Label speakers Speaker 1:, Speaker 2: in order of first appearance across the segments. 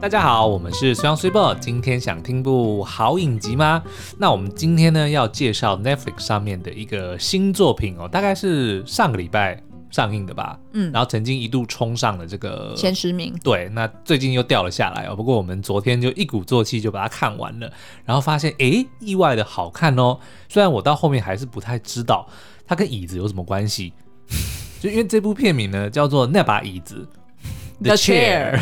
Speaker 1: 大家好，我们是随阳随报。今天想听部好影集吗？那我们今天呢要介绍 Netflix 上面的一个新作品哦，大概是上个礼拜上映的吧。
Speaker 2: 嗯
Speaker 1: 然后曾经一度冲上了这个
Speaker 2: 前十名，
Speaker 1: 对，那最近又掉了下来哦。不过我们昨天就一鼓作气就把它看完了，然后发现诶，意外的好看哦。虽然我到后面还是不太知道它跟椅子有什么关系， 就因为这部片名呢叫做《那把椅子》。
Speaker 2: The Chair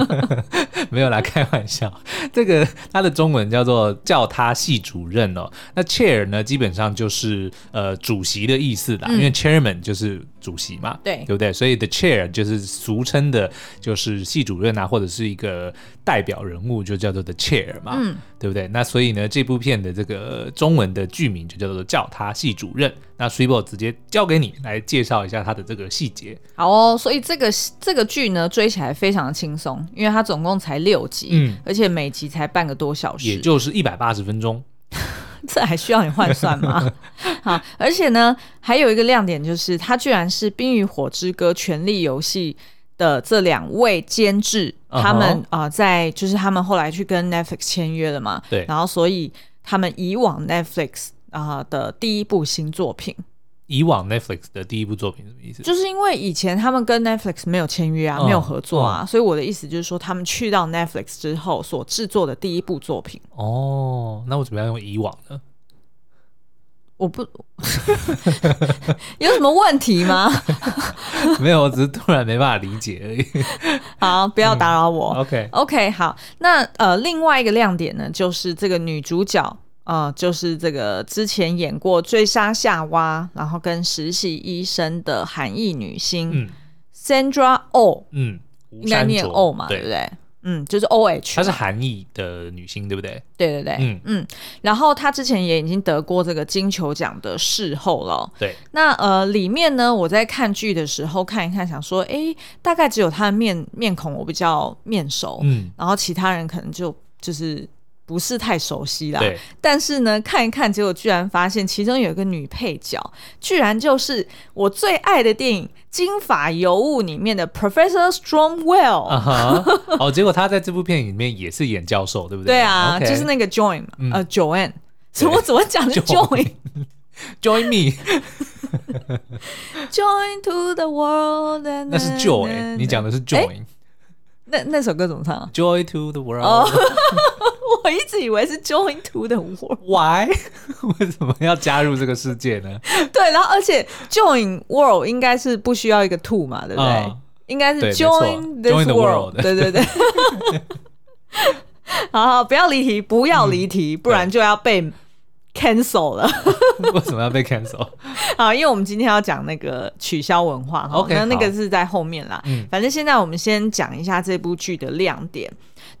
Speaker 1: 没有啦，开玩笑。 这个它的中文叫做“叫他系主任”哦。那 chair 呢，基本上就是呃主席的意思啦，
Speaker 2: 嗯
Speaker 1: 因为 chairman 就是主席嘛。
Speaker 2: 对
Speaker 1: 对不对？所以 the chair 就是俗称的，就是系主任啊，或者是一个代表人物，就叫做 the chair 嘛，
Speaker 2: 嗯
Speaker 1: 对不对？那所以呢，这部片的这个中文的剧名就叫做叫他系主任。那 s u i b o 直接交给你来介绍一下它的这个细节。
Speaker 2: 好哦，所以这个这个剧呢追起来非常轻松，因为它总共才六集，
Speaker 1: 嗯
Speaker 2: 而且每集才半个多小时，
Speaker 1: 也就是一百八十分钟，
Speaker 2: 这还需要你换算 吗？好，而且呢，还有一个亮点就是，它居然是《冰与火之歌：权力游戏》的这两位监制，
Speaker 1: 嗯哼
Speaker 2: 他们啊、呃在就是他们后来去跟 Netflix 签约了嘛，
Speaker 1: 对
Speaker 2: 然后所以他们以往 Netflix 啊、呃的第一部新作品，
Speaker 1: 以往 Netflix 的第一部作品什么意思？
Speaker 2: 就是因为以前他们跟 Netflix 没有签约啊，
Speaker 1: 嗯
Speaker 2: 没有合作啊，所以我的意思就是说，他们去到 Netflix 之后所制作的第一部作品。
Speaker 1: 哦，那为什么要用以往呢？
Speaker 2: 我不 有什么问 题吗？
Speaker 1: 没有，我只是突然没办法理解而已。
Speaker 2: 好，不要打扰我。
Speaker 1: OK，
Speaker 2: OK，好，那呃，另外一个亮点呢，就是这个女主角，呃，就是这个之前演过《追杀夏娃》，然后跟实习医生的韩裔女星、
Speaker 1: 嗯
Speaker 2: Sandra Oh，
Speaker 1: 嗯，吴
Speaker 2: 应该
Speaker 1: 山
Speaker 2: 念
Speaker 1: 卓
Speaker 2: O 嘛，对
Speaker 1: 对
Speaker 2: 不对？嗯，就是 O H，
Speaker 1: 她是韩裔的女星，对不对？
Speaker 2: 对对对，
Speaker 1: 嗯
Speaker 2: 然后她之前也已经得过这个金球奖的视后了哦、
Speaker 1: 对，
Speaker 2: 那呃，里面呢，我在看剧的时候看一看，想说，诶，大概只有她的面面孔我比较面熟，
Speaker 1: 嗯，
Speaker 2: 然后其他人可能就就是不是太熟悉啦。
Speaker 1: 对，
Speaker 2: 但是呢，看一看，结果居然发现其中有一个女配角，居然就是我最爱的电影《金发尤物》里面的 Professor Stromwell。
Speaker 1: 啊哈， 哦，结果她在这部片里面也是演教授，对不
Speaker 2: 对
Speaker 1: 对
Speaker 2: 啊
Speaker 1: OK
Speaker 2: 就是那个 Joan，、
Speaker 1: 嗯
Speaker 2: 呃，Joanne。
Speaker 1: 对
Speaker 2: 我怎么 讲的
Speaker 1: Joan Join Me，
Speaker 2: Join to the world，and
Speaker 1: 那是
Speaker 2: 嗯
Speaker 1: Joy，你讲的是 Join。
Speaker 2: 那那首歌怎么唱啊？
Speaker 1: Joy to the
Speaker 2: 哦
Speaker 1: world，Why？
Speaker 2: 我一直以为是 Join to the world。
Speaker 1: 为什么要加入这个世界呢？
Speaker 2: 对，然后而且 join world 应该是不需要一个 to 嘛，对不对？
Speaker 1: 嗯
Speaker 2: 应该是
Speaker 1: 对没错
Speaker 2: join
Speaker 1: join
Speaker 2: this
Speaker 1: the
Speaker 2: world，
Speaker 1: world
Speaker 2: 对 对对。好好，不要离题，不要离题，
Speaker 1: 嗯
Speaker 2: 不然就要被 cancel 了。
Speaker 1: 为什么要被 cancel？
Speaker 2: 好，因为我们今天要讲那个取消文化哈
Speaker 1: OK，
Speaker 2: 那那个
Speaker 1: 好
Speaker 2: 是在后面啦。
Speaker 1: 嗯
Speaker 2: 反正现在我们先讲一下这部剧的亮点。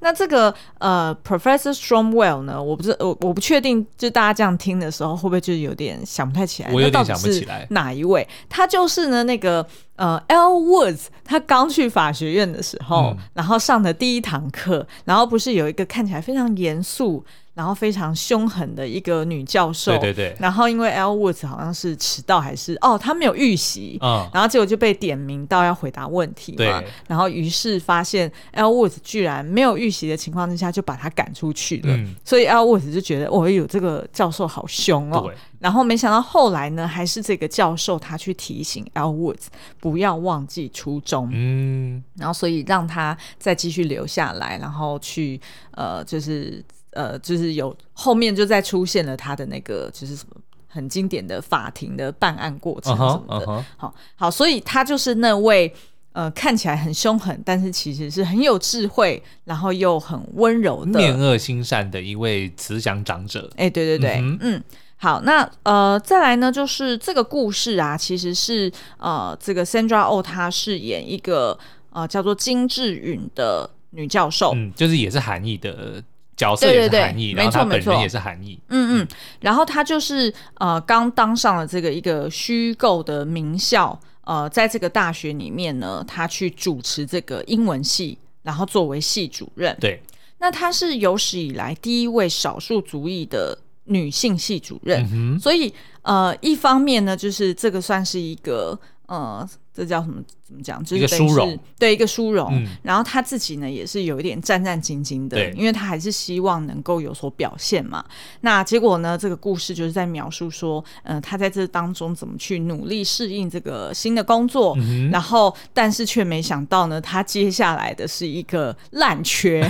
Speaker 2: 那这个呃，Professor Stromwell 呢，我不知我我不确定，就大家这样听的时候会不会就是有点想不太起来？
Speaker 1: 我有点
Speaker 2: 那到底
Speaker 1: 想不起
Speaker 2: 是
Speaker 1: 来
Speaker 2: 哪一位？他就是呢那个呃，L Woods，他刚去法学院的时候，
Speaker 1: 嗯
Speaker 2: 然后上的第一堂课，然后不是有一个看起来非常严肃，然后非常凶狠的一个女教授，
Speaker 1: 对对对，
Speaker 2: 然后因为 L Woods 好像是迟到还是哦，他没有预习，
Speaker 1: 嗯，
Speaker 2: 然后结果就被点名到要回答问题嘛
Speaker 1: 对。
Speaker 2: 然后于是发现 L Woods 居然没有预习的情况之下就把他赶出去了，
Speaker 1: 嗯
Speaker 2: 所以 L Woods 就觉得哦，有这个教授好凶哦
Speaker 1: 对。
Speaker 2: 然后没想到后来呢，还是这个教授他去提醒 L Woods 不要忘记初衷，
Speaker 1: 嗯，
Speaker 2: 然后所以让他再继续留下来，然后去呃，就是呃，就是有后面就再出现了他的那个就是什么很经典的法庭的办案过程
Speaker 1: 嗯
Speaker 2: 什
Speaker 1: 哼，
Speaker 2: 么
Speaker 1: 嗯
Speaker 2: 的。
Speaker 1: 哼，
Speaker 2: 好好，所以他就是那位呃看起来很凶狠，但是其实是很有智慧，然后又很温柔的。
Speaker 1: 面恶心善的一位慈祥长者。
Speaker 2: 哎、对对对，
Speaker 1: 嗯
Speaker 2: 嗯。好，那呃，再来呢，就是这个故事啊，其实是呃，这个 Sandra Oh 她饰演一个呃叫做金智允的女教授，
Speaker 1: 嗯，就是也是韩裔的角色，
Speaker 2: 对
Speaker 1: 也是
Speaker 2: 哦对对
Speaker 1: 韩裔，
Speaker 2: 没
Speaker 1: 然后他
Speaker 2: 错没
Speaker 1: 本人
Speaker 2: 错
Speaker 1: 也是韩裔。
Speaker 2: 嗯嗯，然后他就是呃，刚当上了这个一个虚构的名校，呃，在这个大学里面呢，他去主持这个英文系，然后作为系主任。
Speaker 1: 对，
Speaker 2: 那她是有史以来第一位少数族裔的女性系主任，
Speaker 1: 嗯哼，
Speaker 2: 所以呃，一方面呢，就是这个算是一个。呃，这叫什么？怎么讲？就是
Speaker 1: 一个
Speaker 2: 等于
Speaker 1: 殊荣
Speaker 2: 是对一个殊荣。
Speaker 1: 嗯
Speaker 2: 然后他自己呢，也是有一点战战兢兢的
Speaker 1: 对，
Speaker 2: 因为他还是希望能够有所表现嘛。那结果呢，这个故事就是在描述说，呃，他在这当中怎么去努力适应这个新的工作，
Speaker 1: 嗯哼，
Speaker 2: 然后但是却没想到呢，他接下来的是一个烂缺。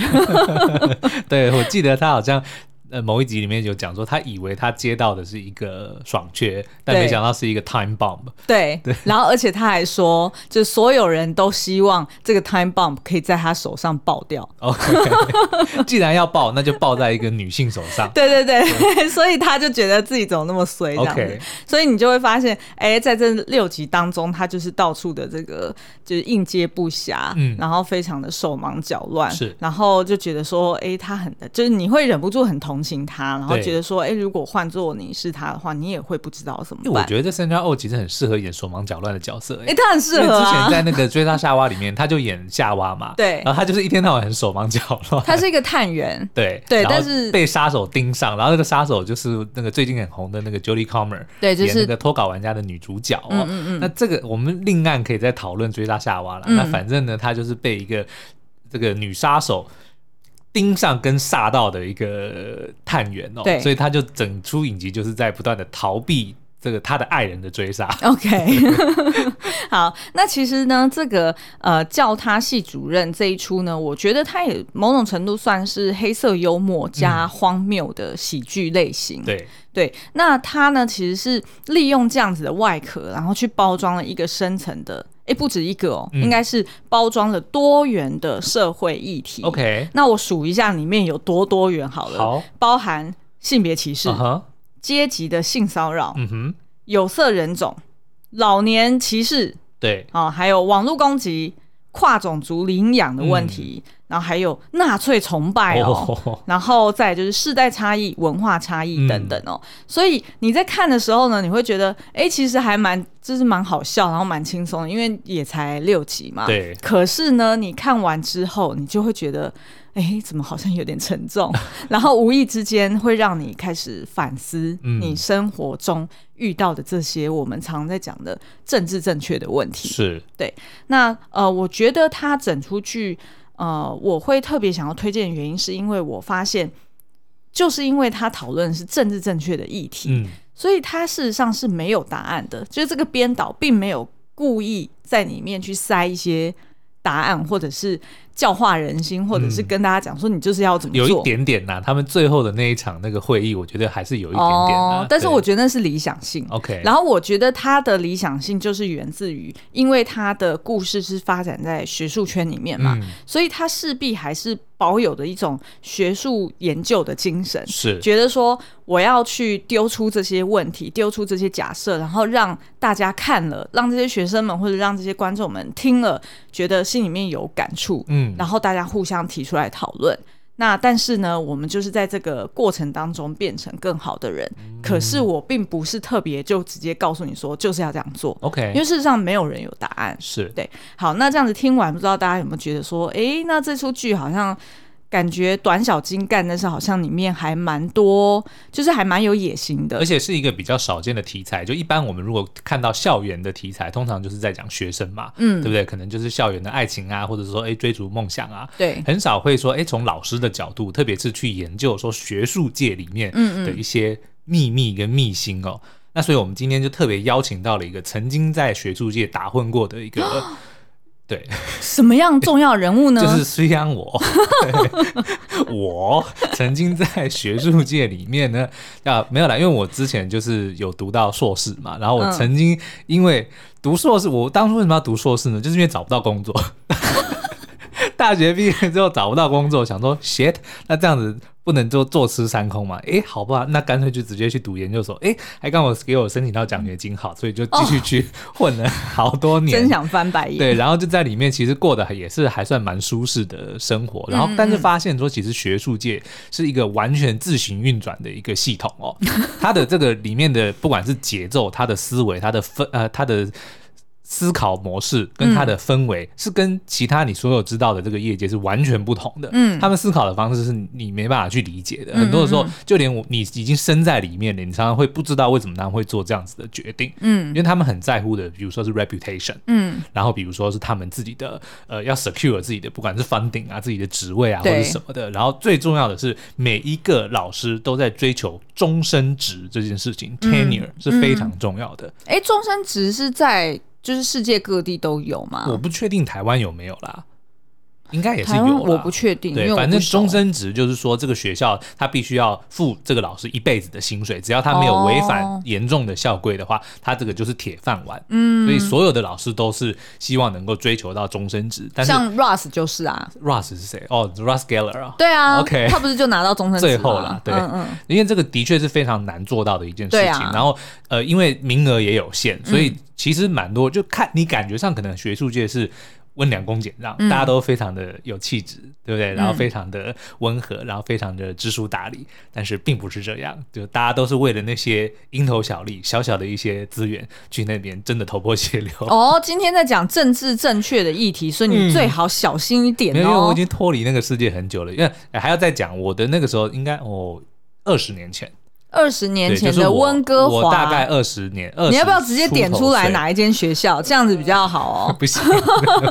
Speaker 1: 对我记得他好像。呃，某一集里面有讲说，他以为他接到的是一个爽缺，但
Speaker 2: 对
Speaker 1: 没想到是一个 time bomb。
Speaker 2: 对，然后而且他还说，就所有人都希望这个 time bomb 可以在他手上爆掉。
Speaker 1: OK，既 然要爆，那就爆在一个女性手上。
Speaker 2: 对对对， 所以他就觉得自己怎么那么衰这样子
Speaker 1: OK
Speaker 2: 所以你就会发现，哎、在这六集当中，他就是到处的这个就是应接不暇，
Speaker 1: 嗯
Speaker 2: 然后非常的手忙脚乱，
Speaker 1: 是
Speaker 2: 然后就觉得说，哎、他很就是你会忍不住很同情他，然后
Speaker 1: 对
Speaker 2: 觉得说，哎、如果换做你是他的话，你也会不知道怎么
Speaker 1: 因为我
Speaker 2: 办。
Speaker 1: 觉得这三 a n 其实很适合演手忙脚乱的角色、欸。
Speaker 2: 哎、他很 适
Speaker 1: 因为
Speaker 2: 合
Speaker 1: 之前
Speaker 2: 啊，
Speaker 1: 在那个《追杀夏娃》里面，他就演夏娃嘛，
Speaker 2: 对
Speaker 1: 然后他就是一天到晚很手忙脚乱，
Speaker 2: 他是一个探员，
Speaker 1: 对
Speaker 2: 对
Speaker 1: 然后
Speaker 2: 但是
Speaker 1: 被杀手盯上，然后那个杀手就是那个最近很红的那个 Jodie Comer，
Speaker 2: 对就
Speaker 1: 演
Speaker 2: 是
Speaker 1: 那个脱稿玩家的女主角哦。
Speaker 2: 嗯嗯嗯，
Speaker 1: 那这个我们另案可以再讨论《追杀夏娃》了。
Speaker 2: 嗯
Speaker 1: 那反正呢，她就是被一个这个女杀手盯上跟煞到的一个探员哦，
Speaker 2: 对
Speaker 1: 所以她就整出影集就是在不断的逃避这个她的爱人的追杀。
Speaker 2: OK，好，那其实呢，这个呃叫他系主任这一出呢，我觉得他也某种程度算是黑色幽默加荒谬的喜剧类型。
Speaker 1: 对，
Speaker 2: 对，那他呢其实是利用这样子的外壳，然后去包装了一个深层的，诶，不止一个哦，
Speaker 1: 嗯
Speaker 2: 应该是包装了多元的社会议题。
Speaker 1: OK，
Speaker 2: 那我数一下里面有多多元好了，
Speaker 1: 好，
Speaker 2: 包含性别歧视、
Speaker 1: 嗯哼，
Speaker 2: 阶级的性骚扰、
Speaker 1: 嗯哼，
Speaker 2: 有色人种、老年歧视
Speaker 1: 对，
Speaker 2: 啊、还有网络攻击、跨种族领养的问题，然后还有纳粹崇拜哦。
Speaker 1: 哦，
Speaker 2: 然后再就是世代差异、文化差异等等哦，所以你在看的时候呢，你会觉得，哎，其实还蛮，就是蛮好笑，然后蛮轻松的，因为也才六集嘛。。
Speaker 1: 对，
Speaker 2: 可是呢，你看完之后，你就会觉得，哎，怎么好像有点沉重？然后无意之间会让你开始反思
Speaker 1: 嗯
Speaker 2: 你生活中遇到的这些我们常在讲的政治正确的问题。
Speaker 1: 是，
Speaker 2: 那呃，我觉得他整出剧，呃，我会特别想要推荐的原因，是因为我发现，就是因为他讨论的是政治正确的议题，
Speaker 1: 嗯，
Speaker 2: 所以它事实上是没有答案的，就是这个编导并没有故意在里面去塞一些答案，或者是教化人心，或者是跟大家讲说你就是要怎么做。
Speaker 1: 嗯有一点点呐、他们最后的那一场那个会议，我觉得还是有一点点啊、
Speaker 2: 哦，但是
Speaker 1: 对
Speaker 2: 我觉得那是理想性。
Speaker 1: OK，
Speaker 2: 然后我觉得他的理想性就是源自于，因为他的故事是发展在学术圈里面嘛，
Speaker 1: 嗯，
Speaker 2: 所以他势必还是保有的一种学术研究的精神。
Speaker 1: 是，
Speaker 2: 觉得说我要去丢出这些问题，丢出这些假设，然后让大家看了，让这些学生们或者让这些观众们听了，觉得心里面有感触，
Speaker 1: 嗯，
Speaker 2: 然后大家互相提出来讨论。那但是呢，我们就是在这个过程当中变成更好的人。可是我并不是特别就直接告诉你说就是要这样做，因
Speaker 1: OK，
Speaker 2: 为事实上没有人有答案。
Speaker 1: 是，
Speaker 2: 对，好，那这样子听完，不知道大家有没有觉得说，诶，那这出剧好像感觉短小精干，但是好像里面还蛮多，就是还蛮有野心的
Speaker 1: 而。且是一个比较少见的题材。就一般我们如果看到校园的题材，通常就是在讲学生嘛，
Speaker 2: 嗯
Speaker 1: 对不对？可能就是校园的爱情啊，或者说哎追逐梦想啊，
Speaker 2: 对
Speaker 1: 很少会说哎从老师的角度，特别是去研究说学术界里面
Speaker 2: 嗯嗯
Speaker 1: 的一些秘密跟秘辛哦。那所以我们今天就特别邀请到了一个曾经在学术界打混过的一个， 对，
Speaker 2: 什么样重要人物呢？
Speaker 1: 就是虽然我， 对我曾经在学术界里面呢，啊，没有啦，因为我之前就是有读到硕士嘛，然后我
Speaker 2: 嗯
Speaker 1: 曾经因为读硕士，我当初为什么要读硕士呢？就是因为找不到工作。 大学毕业之后找不到工作，想说 shit，那这样子不能就坐吃山空嘛？诶，好吧，那干脆就直接去读研究所。诶，还刚好给我申请到奖学金，好，所以就继续去混了好多年。
Speaker 2: 真想翻白眼。
Speaker 1: 对，然后就在里面其实过得也是还算蛮舒适的生活，然后
Speaker 2: 嗯
Speaker 1: 但是发现说，其实学术界是一个完全自行运转的一个系统哦，它的这个里面的不管是节奏、它的思维、它的分呃它的。思考模式跟
Speaker 2: 嗯
Speaker 1: 他的氛围、是跟其他你所有知道的这个业界是完全不同的。
Speaker 2: 嗯
Speaker 1: 他们思考的方式是你没办法去理解的。
Speaker 2: 嗯
Speaker 1: 很多的时候
Speaker 2: 嗯，
Speaker 1: 就连我你已经身在里面了，你常常会不知道为什么他们会做这样子的决定，因
Speaker 2: 嗯
Speaker 1: 为他们很在乎的，比如说是 reputation。
Speaker 2: 嗯
Speaker 1: 然后比如说是他们自己的呃要 secure 自己的不管是 funding 啊、自己的职位啊或
Speaker 2: 对
Speaker 1: 者什么的，然后最重要的是每一个老师都在追求终身职这件事情、
Speaker 2: 嗯
Speaker 1: tenure 是非常重要的。
Speaker 2: 哎、终身职是在就是世界各地都有吗？
Speaker 1: 我不确定台湾有没有啦，应该也是
Speaker 2: 嗯台
Speaker 1: 有
Speaker 2: 湾
Speaker 1: 啦。
Speaker 2: 我不确定，因为
Speaker 1: 对，
Speaker 2: 我
Speaker 1: 反
Speaker 2: 不
Speaker 1: 正
Speaker 2: 熟
Speaker 1: 终身职就是说，这个学校他必须要付这个老师一辈子的薪水，只要他没有违反
Speaker 2: 哦
Speaker 1: 严重的校规的话，他这个就是铁饭碗。
Speaker 2: 嗯，
Speaker 1: 所以所有的老师都是希望能够追求到终身职，但是
Speaker 2: 像 Russ 就是啊，
Speaker 1: Russ 是谁？哦，Russ Geller 啊。
Speaker 2: 对啊
Speaker 1: OK
Speaker 2: 他不是就拿到终身职
Speaker 1: 最后啦
Speaker 2: 了，
Speaker 1: 对
Speaker 2: 嗯嗯，
Speaker 1: 因为这个的确是非常难做到的一件事
Speaker 2: 对
Speaker 1: 情，
Speaker 2: 啊嗯
Speaker 1: 然后呃，因为名额也有限，所以其实蛮多，就看你感觉上可能学术界是温良恭俭让，
Speaker 2: 嗯
Speaker 1: 大家都非常的有气质，对不对？然后非常的温和，然后非常的知书达理，但是并不是这样，就大家都是为了那些蝇头小利、小小的一些资源去那边真的头破血流。
Speaker 2: 哦，今天在讲政治正确的议题，所以
Speaker 1: 嗯
Speaker 2: 你最好小心一点
Speaker 1: 没有，因为我
Speaker 2: 哦
Speaker 1: 已。经脱离那个世界很久了，因为呃还要再讲我的那个时候应该哦二十年前。
Speaker 2: 二十年
Speaker 1: 对，
Speaker 2: 前
Speaker 1: 就是
Speaker 2: 的
Speaker 1: 我
Speaker 2: 温哥华，
Speaker 1: 我大概二十年，20
Speaker 2: 你要不要直接点出
Speaker 1: 出头
Speaker 2: 来
Speaker 1: 岁？
Speaker 2: 哪一间学校？这样子比较好 哦。
Speaker 1: 不行，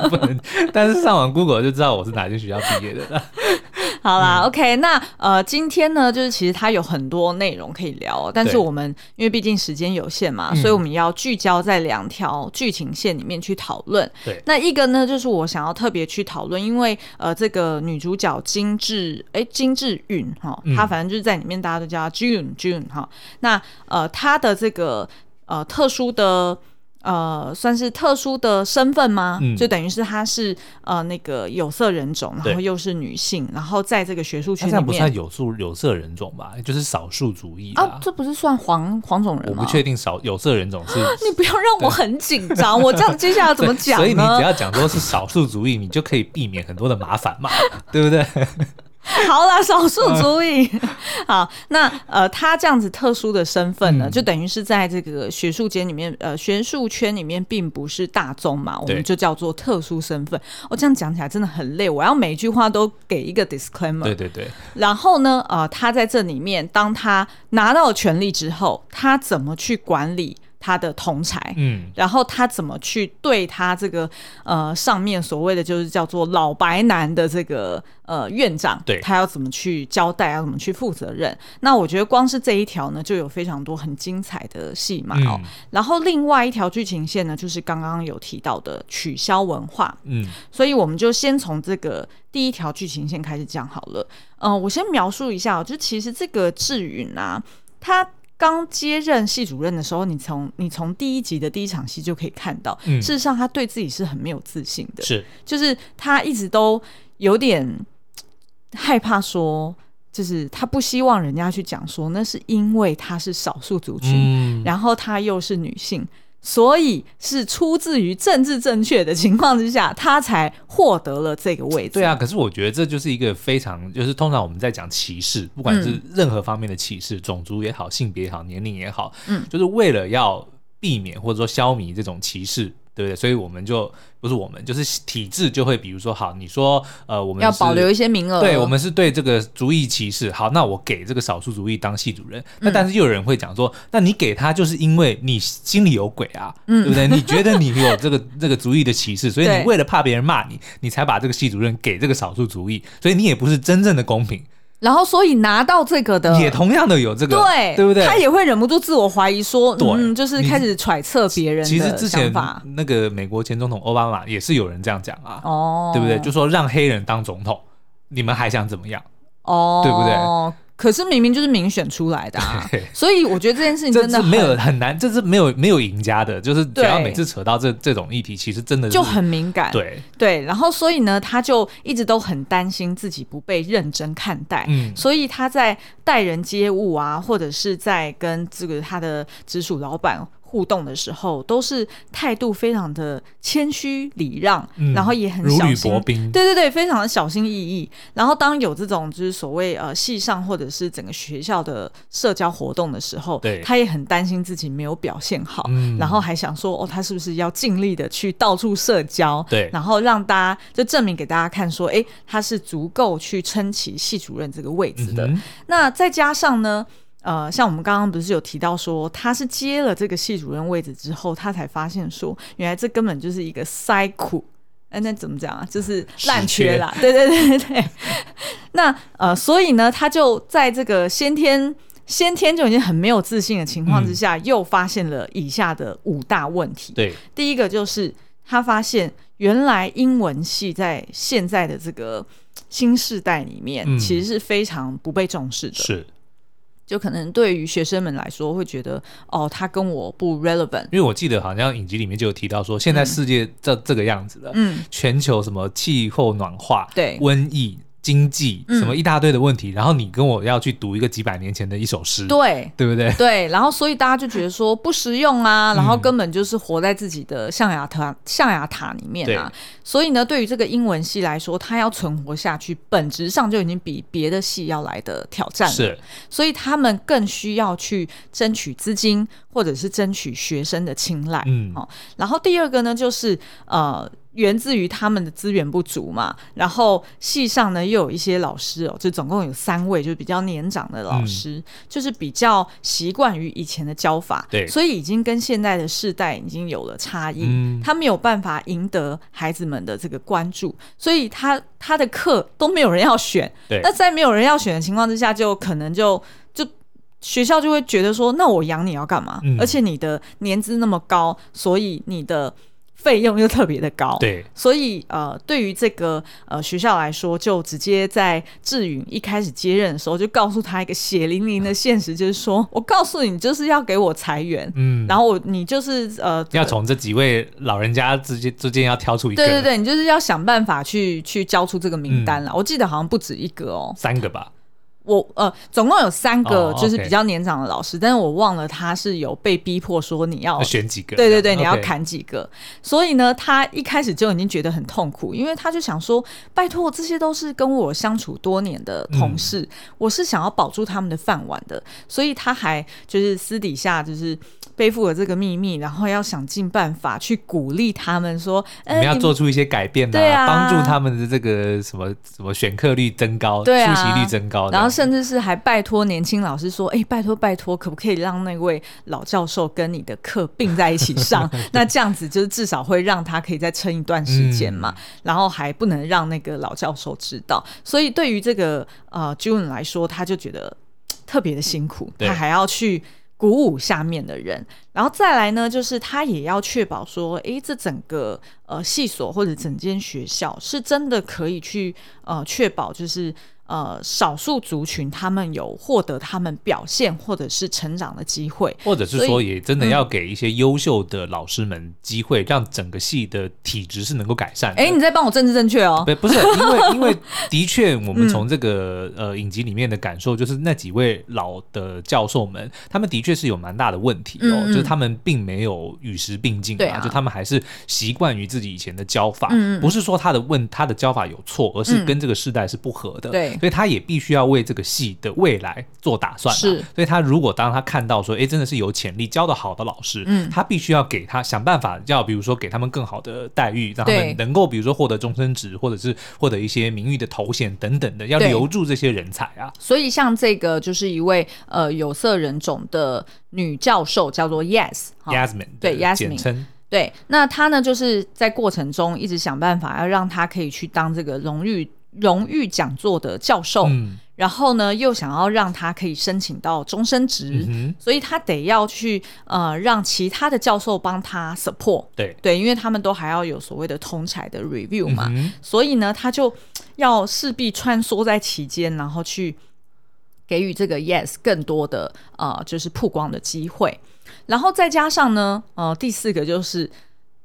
Speaker 1: 不能。但是上网 Google 就知道我是哪间学校毕业的了。
Speaker 2: 好
Speaker 1: 嗯
Speaker 2: 啦、o k 那呃，今天呢，就是其实它有很多内容可以聊哦，但是
Speaker 1: 对嗯
Speaker 2: 我们因为毕竟时间有限嘛，所以我们要聚焦在两条剧情线里面去讨论。
Speaker 1: 对
Speaker 2: 那一个呢，就是我想要特别去讨论，因为呃，这个女主角金智，哎、金智允哈，
Speaker 1: 嗯
Speaker 2: 她反正就是在里面大家都叫她 June June 哈。那呃，她的这个呃特殊的。呃，算是特殊的身份吗？
Speaker 1: 嗯
Speaker 2: 就等于是她是呃那个有色人种，然后
Speaker 1: 对
Speaker 2: 又是女性，然后在这个学术
Speaker 1: 他
Speaker 2: 圈
Speaker 1: 这样
Speaker 2: 里
Speaker 1: 不算
Speaker 2: 面
Speaker 1: 有数有色人种吧？就是少数族裔
Speaker 2: 啊
Speaker 1: 啦，。
Speaker 2: 这不是算黄黄种人
Speaker 1: 我
Speaker 2: 吗？
Speaker 1: 不确定少有色人种是
Speaker 2: 啊你 不要让我很紧张，我这样接下来怎么 讲
Speaker 1: 所以你
Speaker 2: 呢
Speaker 1: 只？要讲说是少数族裔，你就可以避免很多的麻烦嘛，对 不对？
Speaker 2: 好啦，少数族裔。
Speaker 1: 嗯
Speaker 2: 好，那呃，他这样子特殊的身份呢，
Speaker 1: 嗯
Speaker 2: 就等于是在这个学术界里面，呃，学术圈里面并不是大众嘛，我
Speaker 1: 对
Speaker 2: 们就叫做特殊身份。我、这样讲起来真的很累，我要每一句话都给一个 disclaimer。
Speaker 1: 对对对，
Speaker 2: 然后呢，呃，他在这里面，当他拿到权力之后，他怎么去管理他的同才？
Speaker 1: 嗯，
Speaker 2: 然后他怎么去对他这个呃上面所谓的就是叫做老白男的这个呃院长，
Speaker 1: 对
Speaker 2: 他要怎么去交代，要怎么去负责任？那我觉得光是这一条呢，就有非常多很精彩的戏码哦。
Speaker 1: 嗯
Speaker 2: 然后另外一条剧情线呢，就是刚刚有提到的取消文化，
Speaker 1: 嗯，
Speaker 2: 所以我们就先从这个第一条剧情线开始讲好了。嗯、我先描述一下哦，就其实这个志允啊，他刚接任系主任的时候，你从你从第一集的第一场戏就可以看到，
Speaker 1: 嗯
Speaker 2: 事实上他对自己是很没有自信的，
Speaker 1: 是
Speaker 2: 呃就是他一直都有点嘖害怕说，就是他不希望人家去讲说那是因为他是少数族群，
Speaker 1: 嗯，
Speaker 2: 然后她又是女性，所以是出自于政治正确的情况之下，她才获得了这个位置。
Speaker 1: 对，啊，可是我觉得这就是一个非常，就是通常我们在讲歧视，不管
Speaker 2: 嗯
Speaker 1: 是任何方面的歧视，种族也好，性别也好，年龄也好，
Speaker 2: 嗯
Speaker 1: 就是为了要避免或者说消弭这种歧视。对不对？所以我们就不是我们，就是体制就会，比如说，好，你说，呃，我们
Speaker 2: 要
Speaker 1: 是
Speaker 2: 保留一些名额。
Speaker 1: 对，我们是对这个族裔歧视。好，那我给这个少数族裔当系主任，那但是又有人会讲说，那你给他就是因为你心里有鬼啊，对不对？你觉得你有这 个这个族裔的歧视，所以你
Speaker 2: 嗯对
Speaker 1: 为了怕别人骂你，你才把这个系主任给这个少数族裔，所以你也不是真正的公平，
Speaker 2: 然后所以拿到这个的
Speaker 1: 也同样的有这个，
Speaker 2: 嗯对，
Speaker 1: 对不对？
Speaker 2: 他也会忍不住自我怀疑说，
Speaker 1: 对
Speaker 2: 嗯，就是开始揣测别人
Speaker 1: 其实
Speaker 2: 的
Speaker 1: 之前
Speaker 2: 想法。
Speaker 1: 那个美国前总统奥巴马也是有人这样讲啊，
Speaker 2: 哦，
Speaker 1: 对不对？就说让黑人当总统，你们还想怎么样？
Speaker 2: 哦，
Speaker 1: 对不对？
Speaker 2: 可是明明就是民选出来的、啊
Speaker 1: 对，
Speaker 2: 所以我觉得这件事 情
Speaker 1: 这
Speaker 2: 真的
Speaker 1: 是没有
Speaker 2: 很
Speaker 1: 很难，这是没有没有赢家的，就是只要
Speaker 2: 对
Speaker 1: 每次扯到这这种议题，其实真的是
Speaker 2: 就很敏感。
Speaker 1: 对，
Speaker 2: 对，然后所以呢，他就一直都很担心自己不被认真看待，
Speaker 1: 嗯
Speaker 2: 所以他在待人接物啊，或者是在跟这个他的直属老板互动的时候，都是态度非常的谦虚礼让，
Speaker 1: 嗯
Speaker 2: 然后也很
Speaker 1: 如
Speaker 2: 小
Speaker 1: 履
Speaker 2: 心
Speaker 1: 薄冰。
Speaker 2: 对对对，非常的小心翼翼。然后当有这种就是所谓呃系上或者是整个学校的社交活动的时候，
Speaker 1: 对
Speaker 2: 他也很担心自己没有表现好，
Speaker 1: 嗯
Speaker 2: 然后还想说哦，他是不是要尽力的去到处社交，
Speaker 1: 对
Speaker 2: 然后让大家就证明给大家看说，哎，他是足够去撑起系主任这个位置的。
Speaker 1: 嗯哼
Speaker 2: 那再加上呢，呃，像我们刚刚不是有提到说，他是接了这个系主任位置之后，他才发现说，原来这根本就是一个塞苦。哎，那怎么讲啊？就是烂缺啦，对对对对 对。那呃，所以呢，他就在这个先天先天就已经很没有自信的情况之下，又发现了以下的五大问题。
Speaker 1: 对，
Speaker 2: 第一个就是他发现，原来英文系在现在的这个新世代里面，
Speaker 1: 嗯
Speaker 2: 其实是非常不被重视的。
Speaker 1: 是
Speaker 2: 就可能对于学生们来说，会觉得哦，他跟我不 relevant。
Speaker 1: 因为我记得好像影集里面就有提到说，现在世界这、这个样子了，
Speaker 2: 嗯，
Speaker 1: 全球什么气候暖化、
Speaker 2: 对
Speaker 1: 瘟疫、经济
Speaker 2: 嗯
Speaker 1: 什么一大堆的问题，然后你跟我要去读一个几百年前的一首诗，
Speaker 2: 对。
Speaker 1: 对不对？
Speaker 2: 对，然后所以大家就觉得说不实用啊，然后
Speaker 1: 嗯
Speaker 2: 根本就是活在自己的象牙塔象牙塔里面啊
Speaker 1: 对。
Speaker 2: 所以呢，对于这个英文系来说，它要存活下去，本质上就已经比别的系要来的挑战了。
Speaker 1: 是，
Speaker 2: 所以他们更需要去争取资金，或者是争取学生的青睐。
Speaker 1: 嗯
Speaker 2: 哦，然后第二个呢，就是呃。源自于他们的资源不足嘛，然后系上呢又有一些老师哦，就总共有三位，就是比较年长的老师，
Speaker 1: 嗯
Speaker 2: 就是比较习惯于以前的教法，
Speaker 1: 对
Speaker 2: 所以已经跟现在的世代已经有了差异，
Speaker 1: 嗯
Speaker 2: 他没有办法赢得孩子们的这个关注，所以他他的课都没有人要选，
Speaker 1: 对
Speaker 2: 那在没有人要选的情况之下，就可能就就学校就会觉得说，那我养你要干嘛？
Speaker 1: 嗯
Speaker 2: 而且你的年资那么高，所以你的费用又特别的高。。
Speaker 1: 对，
Speaker 2: 所以，呃，对于这个呃学校来说，就直接在志允一开始接任的时候，就告诉他一个血淋淋的现实，就是说我告诉你，你就是要给我裁员，
Speaker 1: 嗯，
Speaker 2: 然后我你就是呃
Speaker 1: 要从这几位老人家之间之间要挑出一个，嗯
Speaker 2: 对对，对，你就是要想办法去去交出这个名单了。我记得好像不止一个哦，
Speaker 1: 三个吧，
Speaker 2: 我呃，总共有三个
Speaker 1: 哦
Speaker 2: 就是
Speaker 1: OK
Speaker 2: 比较年长的老师，但是我忘了他是有被逼迫说你要
Speaker 1: 要选几个这
Speaker 2: 哦对
Speaker 1: 样，
Speaker 2: 对对，你要
Speaker 1: OK，
Speaker 2: 砍几个。所以呢，他一开始就已经觉得很痛苦，因为他就想说，拜托，这些都是跟我相处多年的
Speaker 1: 嗯
Speaker 2: 同事，我是想要保住他们的饭碗的，所以他还就是私底下就是背负了这个秘密，然后要想尽办法去鼓励他们说，
Speaker 1: 我
Speaker 2: 哎、
Speaker 1: 们要
Speaker 2: 你
Speaker 1: 做出一些改变
Speaker 2: 对啊
Speaker 1: 帮助他们的这个什么什么选课率增高，
Speaker 2: 对啊
Speaker 1: 出席率增高这样，
Speaker 2: 然后甚至是还拜托年轻老师说：“哎、拜托拜托，可不可以让那位老教授跟你的课并在一起上？ 那这样子就是至少会让他可以再撑一段时间嘛。然后还不能让那个老教授知道，所以对于这个呃 June 来说，他就觉得嘖特别的辛苦，
Speaker 1: 对
Speaker 2: 他还要去。鼓舞下面的人，然后再来呢，就是他也要确保说，诶，这整个呃系所或者整间学校是真的可以去呃确保，就是呃少数族群他们有获得他们表现或者是成长的机会，
Speaker 1: 或者是
Speaker 2: 所嗯
Speaker 1: 说，也真的要给一些优秀的老师们机会，让整个系的体质是能够改善的。
Speaker 2: 哎，你在帮我政治正确哦。
Speaker 1: 不不是因为 因为的确，我们从这个、
Speaker 2: 嗯
Speaker 1: 呃影集里面的感受，就是那几位老的教授们，他们的确是有蛮大的问题哦，就
Speaker 2: 嗯嗯
Speaker 1: 是他们并没有与时并进
Speaker 2: 对啊
Speaker 1: 就他们还是习惯于自己以前的教法，
Speaker 2: 嗯嗯
Speaker 1: 不是说他的问他的教法有错，而是
Speaker 2: 嗯
Speaker 1: 跟这个时代是不合的，
Speaker 2: 对
Speaker 1: 所以他也必须要为这个系的未来做打算、啊，
Speaker 2: 是，
Speaker 1: 所以他如果当他看到说，哎，真的是有潜力教的好的老师，
Speaker 2: 嗯
Speaker 1: 他必须要给他想办法，要比如说给他们更好的待遇，让他
Speaker 2: 对
Speaker 1: 们能够比如说获得终身职，或者是获得一些名誉的头衔等等的，要
Speaker 2: 对
Speaker 1: 留住这些人才啊。
Speaker 2: 所以像这个就是一位呃有色人种的女教授，叫做 Yes 哈
Speaker 1: Yasmin
Speaker 2: 对
Speaker 1: 的
Speaker 2: Yasmin
Speaker 1: 简称，
Speaker 2: 对，那她呢就是在过程中一直想办法要让她可以去当这个荣誉荣誉讲座的教授，
Speaker 1: 嗯
Speaker 2: 然后呢又想要让她可以申请到终身职，
Speaker 1: 嗯哼，
Speaker 2: 所以她得要去呃让其他的教授帮她 support。
Speaker 1: 对，
Speaker 2: 对，因为他们都还要有所谓的通才的 review 嘛，
Speaker 1: 嗯哼
Speaker 2: 所以呢，他就要势必穿梭在其间，然后去给予这个 yes 更多的呃，就是曝光的机会。然后再加上呢，呃，第四个就是，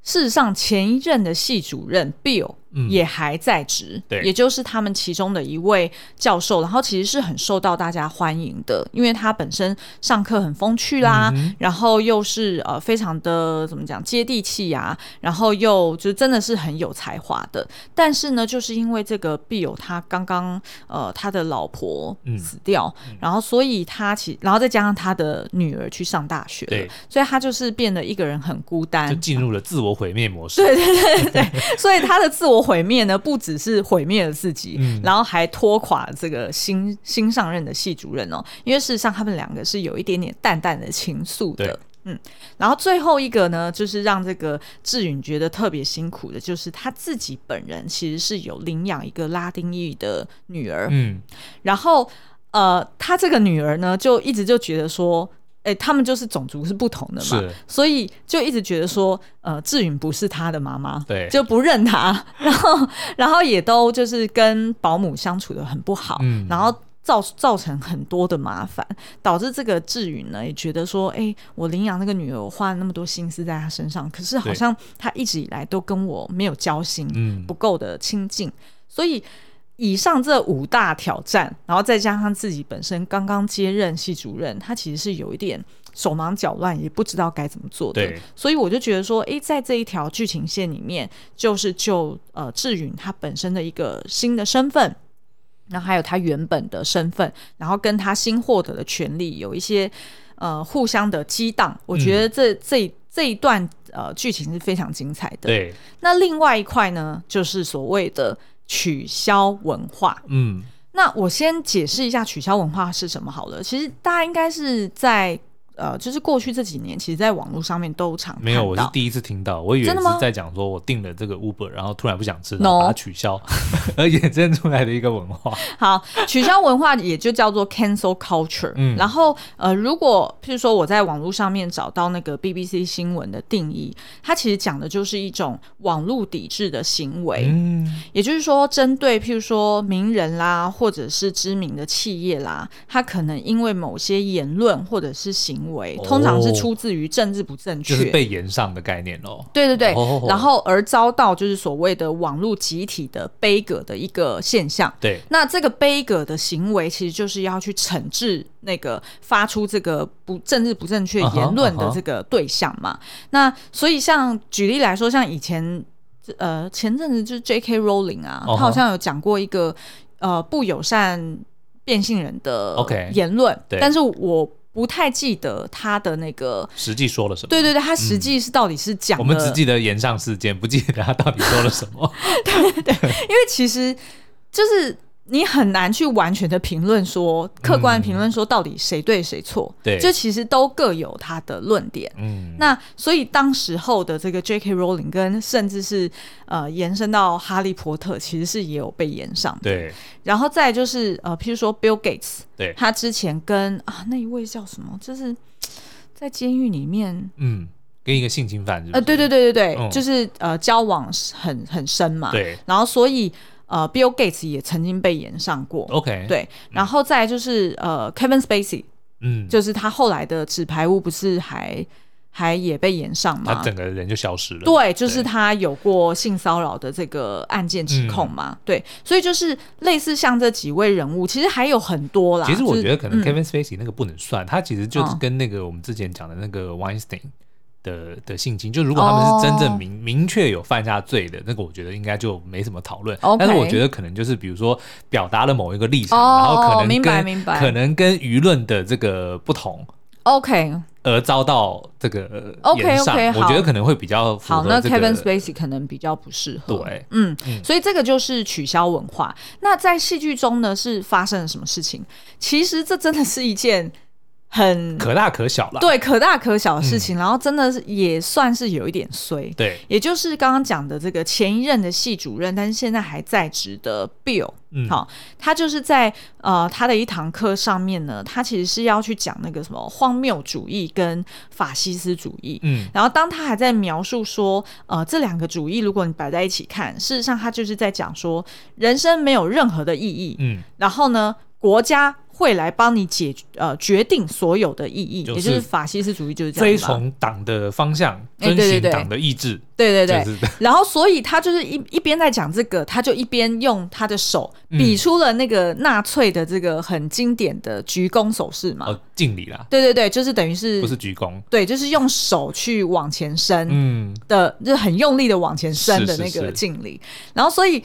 Speaker 2: 事实上前一任的系主任 Bill，
Speaker 1: 嗯
Speaker 2: 也还在职，
Speaker 1: 对
Speaker 2: 也就是他们其中的一位教授，然后其实是很受到大家欢迎的，因为他本身上课很风趣啦，
Speaker 1: 嗯
Speaker 2: 然后又是呃非常的怎么讲接地气呀、然后又就是真的是很有才华的，但是呢，就是因为这个必有他刚刚呃他的老婆
Speaker 1: 嗯
Speaker 2: 死掉，然后所以他其然后再加上他的女儿去上大学
Speaker 1: 对
Speaker 2: 了，所以他就是变得一个人很孤单，
Speaker 1: 就进入了自我毁灭模式。对，
Speaker 2: 所以他的自我毁灭呢，不只是毁灭了自己，
Speaker 1: 嗯
Speaker 2: 然后还拖垮了这个新新上任的系主任哦，因为事实上他们两个是有一点点淡淡的情愫
Speaker 1: 对
Speaker 2: 的。嗯，然后最后一个呢，就是让这个志允觉得特别辛苦的，就是他自己本人其实是有领养一个拉丁裔的女儿，
Speaker 1: 嗯，
Speaker 2: 然后呃，他这个女儿呢，就一直就觉得说，哎、他们就是种族是不同的嘛
Speaker 1: 是，
Speaker 2: 所以就一直觉得说，呃，志允不是他的妈妈，
Speaker 1: 对
Speaker 2: 就不认他，然后然后也都就是跟保姆相处的很不好，
Speaker 1: 嗯
Speaker 2: 然后。造造成很多的麻烦，导致这个志允呢也觉得说，哎、我领养那个女儿，我花了那么多心思在她身上，可是好
Speaker 1: 对
Speaker 2: 像她一直以来都跟我没有交心，
Speaker 1: 嗯
Speaker 2: 不，够的亲近，所以以上这五大挑战，然后再加上自己本身刚刚接任系主任，他其实是有一点手忙脚乱，也不知道该怎么做的
Speaker 1: 对。
Speaker 2: 所以我就觉得说，诶，在这一条剧情线里面，就是就呃志允他本身的一个新的身份。然后还有他原本的身份，然后跟他新获得的权利有一些呃互相的激荡，我觉得这、这这一段呃剧情是非常精彩的。
Speaker 1: 对，
Speaker 2: 那另外一块呢，就是所谓的取消文化。
Speaker 1: 嗯，
Speaker 2: 那我先解释一下取消文化是什么好了。其实大家应该是在呃，就是过去这几年，其实在网络上面都常
Speaker 1: 没有，
Speaker 2: 看
Speaker 1: 我是
Speaker 2: 到
Speaker 1: 第一次听到，我以为
Speaker 2: 真的吗
Speaker 1: 是在讲说我订了这个 Uber，然后突然不想吃，然后
Speaker 2: No
Speaker 1: 把它取消， 而衍生出来的一个文化。
Speaker 2: 好，取消文化也就叫做 cancel culture。
Speaker 1: 嗯
Speaker 2: 然后呃，如果譬如说我在网络上面找到那个 BBC 新闻的定义，它其实讲的就是一种网络抵制的行为。
Speaker 1: 嗯，
Speaker 2: 也就是说，针对譬如说名人啦，或者是知名的企业啦，他可能因为某些言论或者是行为
Speaker 1: 哦，
Speaker 2: 通常是出自于政治不正
Speaker 1: 就
Speaker 2: 确，
Speaker 1: 是被延上的概念哦。
Speaker 2: 对对对，
Speaker 1: 哦
Speaker 2: 然后而遭到就是所谓的网络集体的悲歌的一个现象。
Speaker 1: 对，
Speaker 2: 那这个悲歌的行为，其实就是要去惩治那个发出这个不政治不正确
Speaker 1: 啊哈
Speaker 2: 言论
Speaker 1: 啊
Speaker 2: 的
Speaker 1: 哈
Speaker 2: 这个对象
Speaker 1: 啊
Speaker 2: 嘛。那所以像举例来说，像以前呃前阵子就是 J.K. Rowling 啊，
Speaker 1: 哦哈
Speaker 2: 他好像有讲过一个呃不友善变性人的
Speaker 1: OK，
Speaker 2: 言论
Speaker 1: 对
Speaker 2: 但是我不太记得他的那个。
Speaker 1: 实际说了什么？
Speaker 2: 对对对，他实际是到底是讲、了
Speaker 1: 我们只记得延上事件，不记得他到底说了什么。
Speaker 2: 因为其实就是你很难去完全的评论说，客观地评论说到底谁对谁错，
Speaker 1: 嗯对
Speaker 2: 就其实都各有他的论点。
Speaker 1: 嗯，
Speaker 2: 那所以当时候的这个 J.K. Rowling 跟甚至是呃延伸到哈利波特，其实是也有被延上的。
Speaker 1: 对
Speaker 2: 然后再来就是呃，譬如说 Bill Gates，
Speaker 1: 对，
Speaker 2: 他之前跟啊那一位叫什么，就是在监狱里面。
Speaker 1: 嗯，跟一个性侵犯是不是
Speaker 2: 呃，对对对对对，
Speaker 1: 嗯
Speaker 2: 就是呃，交往很很深嘛。
Speaker 1: 对
Speaker 2: 然后所以呃，Bill Gates 也曾经被延上过。
Speaker 1: ，OK，，
Speaker 2: 对，然后再来就是呃，Kevin Spacey，
Speaker 1: 哦嗯，
Speaker 2: 就是他后来的《纸牌屋》不是还还也被延上
Speaker 1: 他
Speaker 2: 吗？
Speaker 1: 整个人就消失了。
Speaker 2: 对，就是他有过性骚扰的这个案件指控嘛？
Speaker 1: 嗯
Speaker 2: 对，所以就是类似像这几位人物，其实还有很多啦。
Speaker 1: 其实我
Speaker 2: 就是
Speaker 1: 觉得可能
Speaker 2: 嗯
Speaker 1: Kevin Spacey 那个不能算，他其实就是
Speaker 2: 哦
Speaker 1: 跟那个我们之前讲的那个 Weinstein 的的性侵，就如果他们是真正
Speaker 2: 哦
Speaker 1: 明、明确有犯下罪的，那个我觉得应该就没什么讨论。
Speaker 2: OK
Speaker 1: 但是我觉得可能就是比如说表达了某一个立场，
Speaker 2: 哦
Speaker 1: 然后可能
Speaker 2: 明白
Speaker 1: 跟
Speaker 2: 明白
Speaker 1: 可能跟舆论的这个不同。
Speaker 2: OK，
Speaker 1: 而遭到这个
Speaker 2: OK，
Speaker 1: 延上
Speaker 2: OK，
Speaker 1: 我觉得
Speaker 2: 好
Speaker 1: 可能会比较符
Speaker 2: 好，
Speaker 1: 合
Speaker 2: 那
Speaker 1: 这个
Speaker 2: Kevin Spacey 可能比较不适合。
Speaker 1: 对
Speaker 2: 嗯
Speaker 1: 嗯，
Speaker 2: 所以这个就是取消文化。那在戏剧中呢，是发生了什么事情？其实这真的是一件很
Speaker 1: 可大可小啦。嗯
Speaker 2: 对可大可小的事情，然后真的是也算是有一点衰。
Speaker 1: 对，
Speaker 2: 也就是刚刚讲的这个前一任的系主任，但是现在还在职的 Bill，
Speaker 1: 嗯，
Speaker 2: 好、他就是在呃他的一堂课上面呢，他其实是要去讲那个什么荒谬主义跟法西斯主义。
Speaker 1: 嗯，
Speaker 2: 然后当他还在描述说，呃，这两个主义如果你摆在一起看，事实上他就是在讲说，人生没有任何的意义。
Speaker 1: 嗯，
Speaker 2: 然后呢，国家会来帮你解呃决定所有的意义，
Speaker 1: 就是
Speaker 2: 也就是法西斯主义就是这
Speaker 1: 遵
Speaker 2: 样吧。
Speaker 1: 从党的方向，
Speaker 2: 哎对
Speaker 1: 遵
Speaker 2: 对
Speaker 1: 循
Speaker 2: 对
Speaker 1: 党的意志，
Speaker 2: 对对对，
Speaker 1: 就是
Speaker 2: 然后，所以他就是一一边在讲这个，他就一边用他的手
Speaker 1: 嗯
Speaker 2: 比出了那个纳粹的这个很经典的鞠躬手势嘛。
Speaker 1: 哦敬礼啦，
Speaker 2: 对对对，就是等于是
Speaker 1: 不是鞠躬。
Speaker 2: 对，就是用手去往前伸
Speaker 1: 嗯，
Speaker 2: 的，就是很用力的往前伸的
Speaker 1: 是
Speaker 2: 那
Speaker 1: 是
Speaker 2: 个
Speaker 1: 是
Speaker 2: 敬礼。然后，所以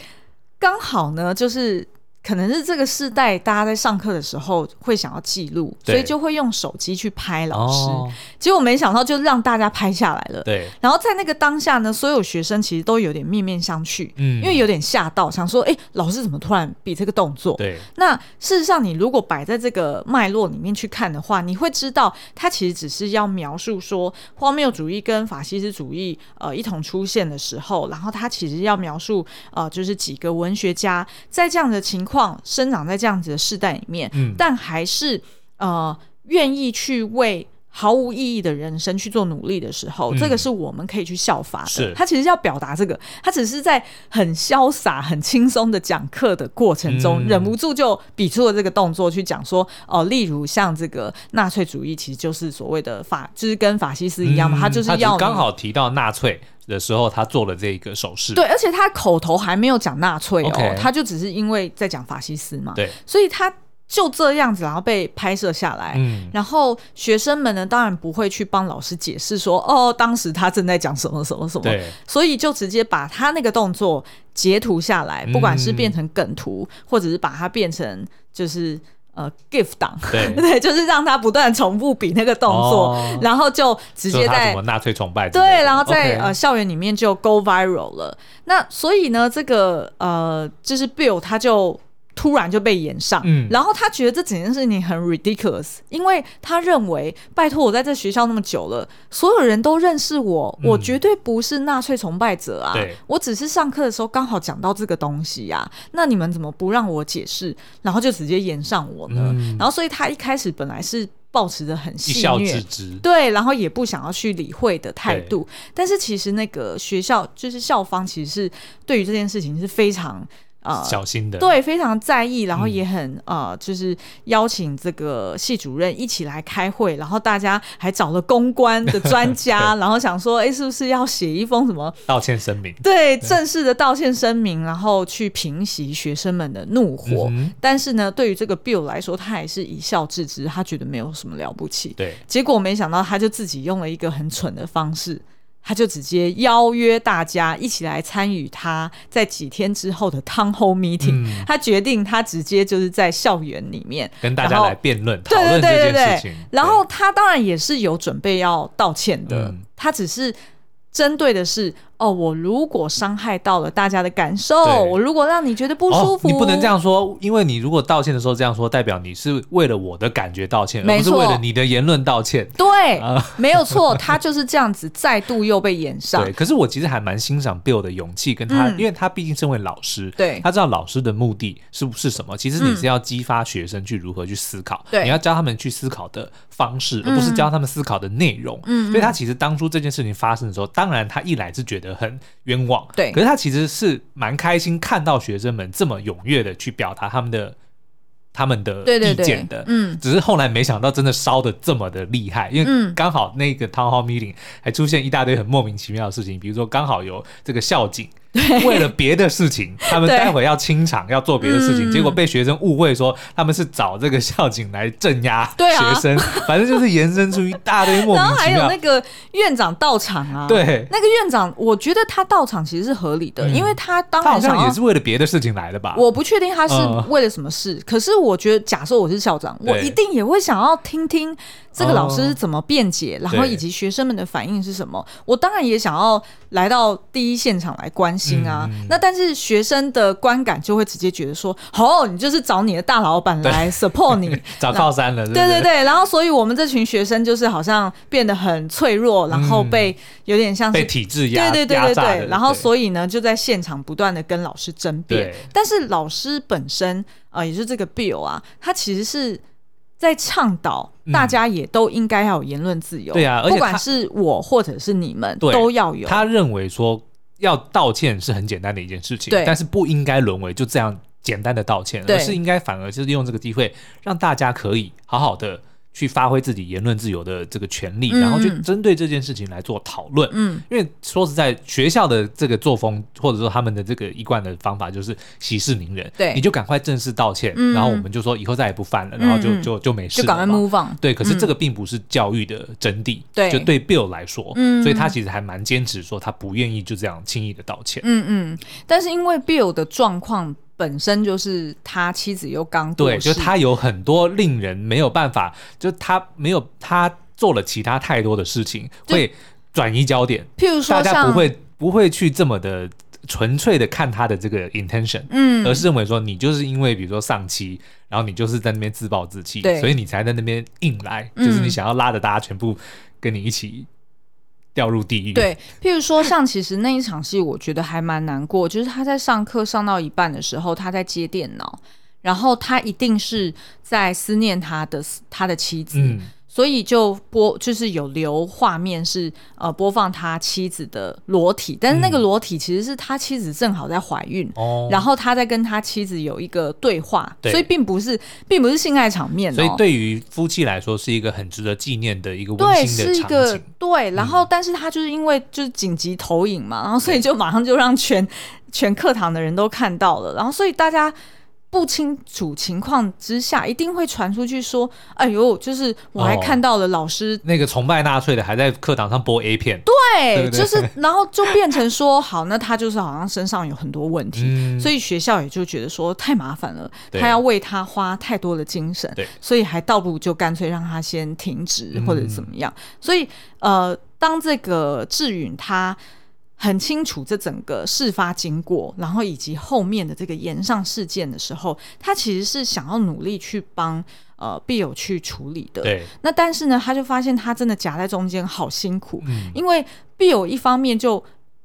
Speaker 2: 刚好呢，就是可能是这个世代大家在上课的时候会想要记录，
Speaker 1: 对
Speaker 2: 所以就会用手机去拍老师。
Speaker 1: 哦，
Speaker 2: 结果没想到就让大家拍下来了。
Speaker 1: 对，
Speaker 2: 然后在那个当下呢，所有学生其实都有点面面相觑，
Speaker 1: 嗯，
Speaker 2: 因为有点吓到，想说，哎、老师怎么突然比这个动作？
Speaker 1: 对，
Speaker 2: 那事实上，你如果摆在这个脉络里面去看的话，你会知道，它其实只是要描述说荒谬主义跟法西斯主义呃一同出现的时候，然后它其实要描述呃就是几个文学家在这样的情况生长在这样子的世代里面，
Speaker 1: 嗯
Speaker 2: 但还是呃愿意去为。毫无意义的人生去做努力的时候，
Speaker 1: 嗯
Speaker 2: 这个是我们可以去效法
Speaker 1: 是
Speaker 2: 的。他其实要表达这个，他只是在很潇洒、很轻松的讲课的过程中，
Speaker 1: 嗯
Speaker 2: 忍不住就比出了这个动作去讲说，哦、例如像这个纳粹主义，其实就是所谓的法，就是跟法西斯一样嘛，
Speaker 1: 嗯
Speaker 2: 他就是
Speaker 1: 只
Speaker 2: 要你
Speaker 1: 刚好提到纳粹的时候，他做了这个手势。
Speaker 2: 对，而且他口头还没有讲纳粹哦
Speaker 1: OK
Speaker 2: 他就只是因为在讲法西斯嘛，
Speaker 1: 对，
Speaker 2: 所以他就这样子，然后被拍摄下来。
Speaker 1: 嗯，
Speaker 2: 然后学生们呢，当然不会去帮老师解释说，哦，当时他正在讲什么什么什么，
Speaker 1: 对，
Speaker 2: 所以就直接把他那个动作截图下来，
Speaker 1: 嗯
Speaker 2: 不管是变成梗图，或者是把它变成就是呃 GIF 档，
Speaker 1: 对
Speaker 2: 就是让他不断重复比那个动作，
Speaker 1: 哦
Speaker 2: 然后就直
Speaker 1: 说
Speaker 2: 接
Speaker 1: 他
Speaker 2: 在
Speaker 1: 什么纳粹崇拜之类的。
Speaker 2: 对，然后在
Speaker 1: OK
Speaker 2: 呃校园里面就 go viral 了。那所以呢，这个呃就是 Bill 他就。突然就被延上，
Speaker 1: 嗯
Speaker 2: 然后他觉得这整件事情很 ridiculous，因为他认为，拜托我在这学校那么久了，所有人都认识我，
Speaker 1: 嗯
Speaker 2: 我绝对不是纳粹崇拜者啊
Speaker 1: 对，
Speaker 2: 我只是上课的时候刚好讲到这个东西呀、啊，那你们怎么不让我解释，然后就直接延上我呢？
Speaker 1: 嗯
Speaker 2: 然后所以他一开始本来是抱持着很
Speaker 1: 一
Speaker 2: 戏
Speaker 1: 笑
Speaker 2: 谑
Speaker 1: 置之。
Speaker 2: 对，然后也不想要去理会的态度。但是其实那个学校就是校方，其实是对于这件事情是非常呃。
Speaker 1: 小心的，，
Speaker 2: 对，非常在意，然后
Speaker 1: 嗯
Speaker 2: 也很、呃，就是邀请这个系主任一起来开会，然后大家还找了公关的 专家，然后想说，哎，是不是要写一封什么
Speaker 1: 道歉声明。
Speaker 2: 对正式的道歉声明，然后去平息学生们的怒火？
Speaker 1: 嗯哼
Speaker 2: 但是呢，对于这个 Bill 来说，他还是一笑置之，他觉得没有什么了不起。
Speaker 1: 对，
Speaker 2: 结果没想到他就自己用了一个很蠢的方式，他就直接邀约大家一起来参与他在几天之后的 town hall meeting。
Speaker 1: 嗯，
Speaker 2: 他决定他直接就是在校园里面。
Speaker 1: 跟大家
Speaker 2: 然后
Speaker 1: 来辩论讨
Speaker 2: 对对
Speaker 1: 论
Speaker 2: 对
Speaker 1: 这
Speaker 2: 对
Speaker 1: 件
Speaker 2: 对
Speaker 1: 事情。
Speaker 2: 然后他当然也是有准备要道歉的，
Speaker 1: 嗯
Speaker 2: 他只是针对的是哦，我如果伤害到了大家的感受，
Speaker 1: 对
Speaker 2: 我如果让你觉得不
Speaker 1: 哦
Speaker 2: 舒服，
Speaker 1: 你不能这样说，因为你如果道歉的时候这样说，代表你是为了我的感觉道歉，而
Speaker 2: 没
Speaker 1: 不是
Speaker 2: 错
Speaker 1: 为了你的言论道歉。
Speaker 2: 对，
Speaker 1: 啊
Speaker 2: 没有错，他就是这样子，再度又被演上
Speaker 1: 对，。可是我其实还蛮欣赏 Bill 的勇气，跟他，
Speaker 2: 嗯
Speaker 1: 因为他毕竟身为老师，
Speaker 2: 对嗯
Speaker 1: 他知道老师的目的是不是什么。其实你是要激发学生去如何去思考，
Speaker 2: 对嗯
Speaker 1: 你要教他们去思考的方式，而不是教他们思考的内容。
Speaker 2: 嗯嗯
Speaker 1: 所以他其实当初这件事情发生的时候，当然他一来是觉得很冤枉，
Speaker 2: 对
Speaker 1: 可是他其实是蛮开心看到学生们这么踊跃的去表达他们的他们的
Speaker 2: 对对
Speaker 1: 意
Speaker 2: 对
Speaker 1: 见的，，
Speaker 2: 嗯，
Speaker 1: 只是后来没想到真的烧的这么的厉害，因为
Speaker 2: 嗯
Speaker 1: 刚好那个 town hall meeting 还出现一大堆很莫名其妙的事情，比如说刚好有这个校警。为了别的事 情，他们
Speaker 2: 对
Speaker 1: 待会要清场，要做别的事情，
Speaker 2: 嗯
Speaker 1: 结果被学生误会说他们是找这个校警来镇压
Speaker 2: 对啊
Speaker 1: 学生，反正就是延伸出一大堆莫
Speaker 2: 然
Speaker 1: 名
Speaker 2: 后还
Speaker 1: 其
Speaker 2: 有
Speaker 1: 妙。
Speaker 2: 那个院长到场啊，，
Speaker 1: 对，
Speaker 2: 那个院长，我觉得他到场其实是合理的，
Speaker 1: 嗯
Speaker 2: 因为他当
Speaker 1: 他好
Speaker 2: 然想
Speaker 1: 像
Speaker 2: 要
Speaker 1: 也。是为了别的事情来的吧？
Speaker 2: 我不确定他是
Speaker 1: 嗯
Speaker 2: 为了什么事，可是我觉得，假设我是校长，
Speaker 1: 对
Speaker 2: 我一定也会想要听听这个老师
Speaker 1: 哦
Speaker 2: 是怎么辩解，然后
Speaker 1: 对
Speaker 2: 以及学生们的反应是什么。我当然也想要来到第一现场来关心啊。
Speaker 1: 嗯
Speaker 2: 那但是学生的观感就会直接觉得说，哦，你就是找你的大老板来 support 你，啊
Speaker 1: 找靠山了，
Speaker 2: 对
Speaker 1: 不
Speaker 2: 对对，然后所以我们这群学生就是好像变得很脆弱，然后被有点
Speaker 1: 嗯
Speaker 2: 像
Speaker 1: 被
Speaker 2: 是。
Speaker 1: 体制压
Speaker 2: 对对对
Speaker 1: 压
Speaker 2: 对
Speaker 1: 榨
Speaker 2: 对
Speaker 1: 的，
Speaker 2: 然后
Speaker 1: 对
Speaker 2: 所以呢，就在现场不断的跟老师争辩
Speaker 1: 对，
Speaker 2: 但是老师本身，呃，也就是这个 Bill 啊，他其实是在倡导
Speaker 1: 嗯
Speaker 2: 大家也都应该要有言论自由，
Speaker 1: 对啊而且
Speaker 2: 不管
Speaker 1: 他
Speaker 2: 是我或者是你们
Speaker 1: 对
Speaker 2: 都要有，
Speaker 1: 他认为说要道歉是很简单的一件事情
Speaker 2: 对，
Speaker 1: 但是不应该沦为就这样简单的道歉，
Speaker 2: 对
Speaker 1: 而是应该反而是利用这个机会，让大家可以好好的去发挥自己言论自由的这个权利，
Speaker 2: 嗯
Speaker 1: 然后去
Speaker 2: 嗯
Speaker 1: 针对这件事情来做讨论。
Speaker 2: 嗯，
Speaker 1: 因为说实在，学校的这个作风，或者说他们的这个一贯的方法，就是息事宁人。
Speaker 2: 对
Speaker 1: 你就赶快正式道歉，
Speaker 2: 嗯
Speaker 1: 然后我们就说以后再也不犯了，然后就
Speaker 2: 嗯嗯
Speaker 1: 就就没事
Speaker 2: 就
Speaker 1: 了
Speaker 2: 赶快
Speaker 1: 嘛
Speaker 2: move on。
Speaker 1: 对，可是
Speaker 2: 嗯
Speaker 1: 这个并不是教育的真谛。
Speaker 2: 对
Speaker 1: 就对 Bill 来说，
Speaker 2: 嗯
Speaker 1: 所以他其实还蛮坚持说他不愿意就这样轻易的道歉。
Speaker 2: 嗯嗯，但是因为 Bill 的状况本身就是他妻子又刚过
Speaker 1: 对，就
Speaker 2: 世，
Speaker 1: 他有很多令人没有办法，就他没有他做了其他太多的事情，
Speaker 2: 就
Speaker 1: 会转移焦点，
Speaker 2: 譬如
Speaker 1: 大
Speaker 2: 说
Speaker 1: 家
Speaker 2: 像
Speaker 1: 不会不会去这么的纯粹的看他的这个 intention。
Speaker 2: 嗯
Speaker 1: 而是认为说你就是因为比如说丧妻，然后你就是在那边自暴自弃
Speaker 2: 对，
Speaker 1: 所以你才在那边硬来，就是
Speaker 2: 嗯
Speaker 1: 你想要拉着大家全部跟你一起掉入地狱。，
Speaker 2: 对，譬如说像其实那一场戏，我觉得还蛮难过，就是他在上课上到一半的时候，他在接电脑，然后他一定是在思念他的他的妻子，
Speaker 1: 嗯，
Speaker 2: 所以就播就是有留画面是呃播放他妻子的裸体，但是那个
Speaker 1: 嗯
Speaker 2: 裸体其实是他妻子正好在怀孕。
Speaker 1: 哦，
Speaker 2: 然
Speaker 1: 后
Speaker 2: 后他在跟他妻子有一个对话，
Speaker 1: 对
Speaker 2: 所以并不是并不是性爱场面、哦，
Speaker 1: 所以对于夫妻来说是一个很值得纪念的一个
Speaker 2: 对，
Speaker 1: 温馨
Speaker 2: 是
Speaker 1: 的
Speaker 2: 一
Speaker 1: 场
Speaker 2: 个
Speaker 1: 景。嗯
Speaker 2: 对，然后但是他就是因为就是紧急投影嘛，然后所以就马上就让全 全课堂的人都看到了，然后所以大家不清楚情况之下，一定会传出去说，哎呦，就是我还
Speaker 1: 哦
Speaker 2: 看到了老师，
Speaker 1: 那个崇拜纳粹的还在课堂上播 A 片，对，对
Speaker 2: 对，
Speaker 1: 对
Speaker 2: 就是然后就变成说，好，那他就是好像身上有很多问题，
Speaker 1: 嗯
Speaker 2: 所以学校也就觉得说太麻烦了，
Speaker 1: 对
Speaker 2: 他要为他花太多的精神
Speaker 1: 对，
Speaker 2: 所以还倒不如就干脆让他先停职
Speaker 1: 嗯
Speaker 2: 或者怎么样。所以呃，当这个志允他。很清楚这整个事发经过，然后以及后面的这个延上事件的时候，他其实是想要努力去帮呃必友去处理的。
Speaker 1: 对，
Speaker 2: 那但是呢，他就发现他真的夹在中间好辛苦，
Speaker 1: 嗯，
Speaker 2: 因为必有一方面就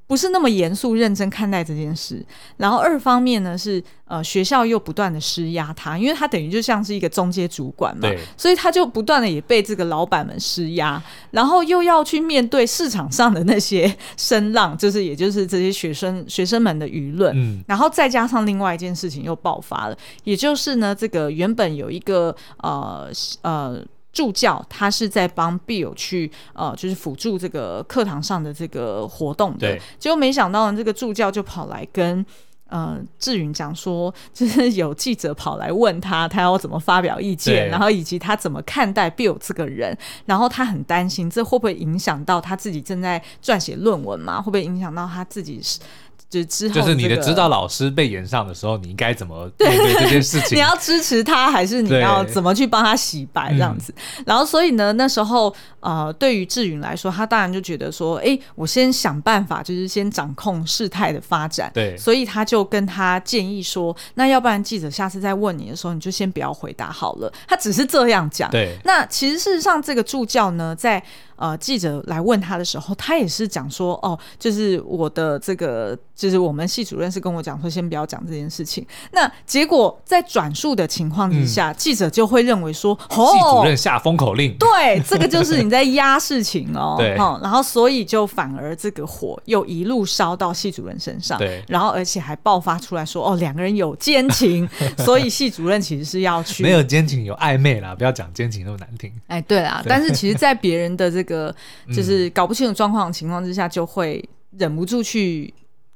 Speaker 2: 不是那么严肃认真看待这件事，然后二方面呢是呃学校又不断的施压他，因为他等于就像是一个中介主管嘛
Speaker 1: 对，
Speaker 2: 所以他就不断的也被这个老板们施压，然后又要去面对市场上的那些声浪，就是也就是这些学生学生们的舆论，
Speaker 1: 嗯，
Speaker 2: 然后再加上另外一件事情又爆发了，也就是呢，这个原本有一个呃呃助教，他是在帮 Bill 去呃就是辅助这个课堂上的这个活动的
Speaker 1: 对，
Speaker 2: 结果没想到呢，这个助教就跑来跟。呃，志云讲说， 就是有记者跑来问他，他要怎么发表意见，
Speaker 1: 对
Speaker 2: 然后以及他怎么看待 Bill 这个人，然后他很担心这会不会影响到他自己正在撰写论文嘛？会不会影响到他自己是就是之后、
Speaker 1: 就是你的
Speaker 2: 这个
Speaker 1: 指导老师被延上的时候，你应该怎么面对这件事情？
Speaker 2: 你要支持他，还是你
Speaker 1: 对嗯
Speaker 2: 要怎么去帮他洗白这样子？然后，所以呢，那时候呃，对于志云来说，他当然就觉得说，诶，我先想办法，就是先掌控事态的发展。
Speaker 1: 对
Speaker 2: 所以他就跟他建议说，那要不然记者下次再问你的时候，你就先不要回答好了。他只是这样讲。
Speaker 1: 对，
Speaker 2: 那其实事实上，这个助教呢，在呃记者来问他的时候，他也是讲说，哦，就是我的这个，就是我们系主任是跟我讲说，先不要讲这件事情。那结果在转述的情况之下，记者就会认为说，哦，
Speaker 1: 嗯系主任下封口令，
Speaker 2: 对，这个就是你在压事情哦，
Speaker 1: 对
Speaker 2: 哦，然后所以就反而这个火又一路烧到系主任身上，
Speaker 1: 对
Speaker 2: 然后而且还爆发出来说，哦，两个人有奸 情，所以系主任其实是要去
Speaker 1: 没有奸情，有暧昧啦，不要讲奸情那么难听。
Speaker 2: 哎，对啦， 但是其实，在别人的这个
Speaker 1: 嗯
Speaker 2: 就是搞不清楚状况的情况之下，就会忍不住去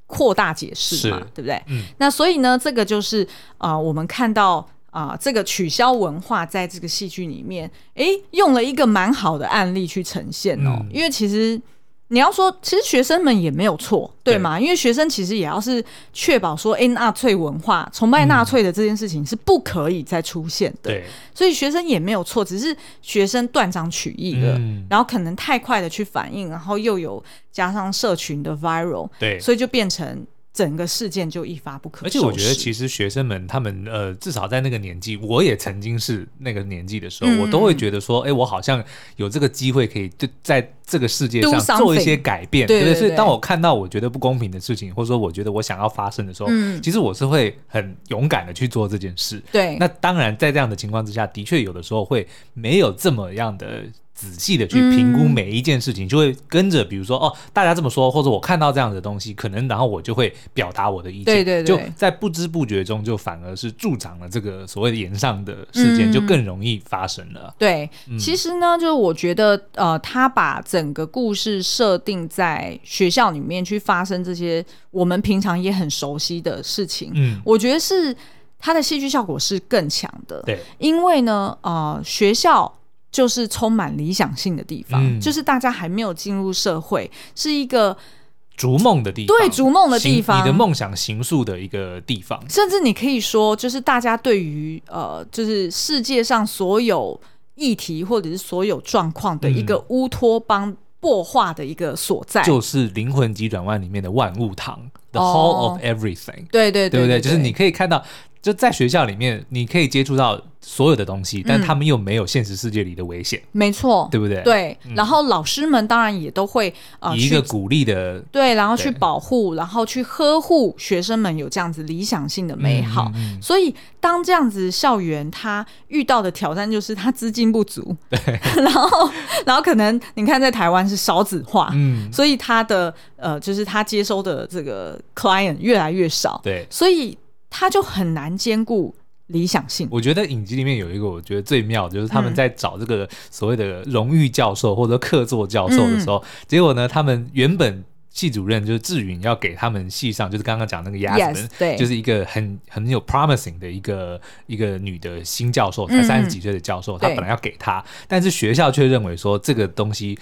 Speaker 2: 扩大解释嘛
Speaker 1: 是，
Speaker 2: 对不对？
Speaker 1: 嗯
Speaker 2: 那所以呢，这个就是啊、呃我们看到啊、呃这个取消文化在这个戏剧里面，哎，用了一个蛮好的案例去呈现哦，
Speaker 1: 嗯
Speaker 2: 因为其实。你要说，其实学生们也没有错，对吗？因为学生其实也要是确保说，哎，纳粹文化、崇拜纳粹的这件事情是不可以再出现的。
Speaker 1: 嗯对，
Speaker 2: 所以学生也没有错，只是学生断章取义了，
Speaker 1: 嗯
Speaker 2: 然后可能太快的去反应，然后又有加上社群的 viral，
Speaker 1: 对。
Speaker 2: 所以就变成整个事件就一发不可
Speaker 1: 而
Speaker 2: 收拾。
Speaker 1: 且我觉得，其实学生们他们呃，至少在那个年纪，我也曾经是那个年纪的时候，
Speaker 2: 嗯
Speaker 1: 我都会觉得说，哎、我好像有这个机会可以就在这个世界
Speaker 2: Do
Speaker 1: 上
Speaker 2: something
Speaker 1: 做一些改变，
Speaker 2: 对
Speaker 1: 不
Speaker 2: 对
Speaker 1: 所以
Speaker 2: 对
Speaker 1: 当我看到我觉得不公平的事情，或者说我觉得我想要发生的时候，
Speaker 2: 嗯
Speaker 1: 其实我是会很勇敢的去做这件事。
Speaker 2: 对，
Speaker 1: 那当然，在这样的情况之下，的确有的时候会没有这么样的仔细的去评估
Speaker 2: 嗯
Speaker 1: 每一件事情，就会跟着比如说哦，大家这么说，或者我看到这样的东西，可能然后我就会表达我的意见，
Speaker 2: 对对对
Speaker 1: 就在不知不觉中就反而是助长了这个所谓的延上的事件，
Speaker 2: 嗯
Speaker 1: 就更容易发生了。
Speaker 2: 对，
Speaker 1: 嗯
Speaker 2: 其实呢，就是我觉得，呃，他把整个故事设定在学校里面去发生这些我们平常也很熟悉的事情，
Speaker 1: 嗯，
Speaker 2: 我觉得是它的戏剧效果是更强的。
Speaker 1: 对，
Speaker 2: 因为呢，呃，学校就是充满理想性的地方，
Speaker 1: 嗯
Speaker 2: 就是大家还没有进入社会，是一个
Speaker 1: 逐梦的地方，
Speaker 2: 对逐梦的地方
Speaker 1: 行你的梦想行塑的一个地方。
Speaker 2: 甚至你可以说，就是大家对于呃，就是世界上所有议题或者是所有状况的一个乌托邦破化的一个所
Speaker 1: 嗯
Speaker 2: 在。
Speaker 1: 就是《灵魂急转弯》里面的万物堂，The
Speaker 2: 哦
Speaker 1: Hall of Everything。
Speaker 2: 对
Speaker 1: 对
Speaker 2: 对对
Speaker 1: 不对？就是你可以看到，就在学校里面，你可以接触到所有的东
Speaker 2: 嗯
Speaker 1: 西，但他们又没有现实世界里的危险，
Speaker 2: 没错，
Speaker 1: 对不对？，
Speaker 2: 然后老师们当然也都会呃
Speaker 1: 以一个
Speaker 2: 去
Speaker 1: 鼓励的
Speaker 2: 对，然后去
Speaker 1: 对
Speaker 2: 保护，然后去呵护学生们有这样子理想性的美好。
Speaker 1: 嗯嗯
Speaker 2: 所以，当这样子校园他遇到的挑战就是他资金不足，对， 然后然后可能你看在台湾是少子化，
Speaker 1: 嗯，嗯
Speaker 2: 所以他的呃，就是他接收的这个 client 越来越少，
Speaker 1: 对。
Speaker 2: 所以他就很难兼顾理想性。
Speaker 1: 我觉得影集里面有一个我觉得最妙的，就是他们
Speaker 2: 嗯
Speaker 1: 在找这个所谓的荣誉教授或者客座教授的时候，
Speaker 2: 嗯
Speaker 1: 结果呢，他们原本系主任就是志云要给他们系上，就是刚刚讲那个鸭子
Speaker 2: Yes，
Speaker 1: 们，
Speaker 2: 对，
Speaker 1: 就是一个很很有 promising 的一个一个女的新教授，才
Speaker 2: 嗯嗯
Speaker 1: 三十几岁的教授，她
Speaker 2: 对
Speaker 1: 本来要给她，但是学校却认为说这个东西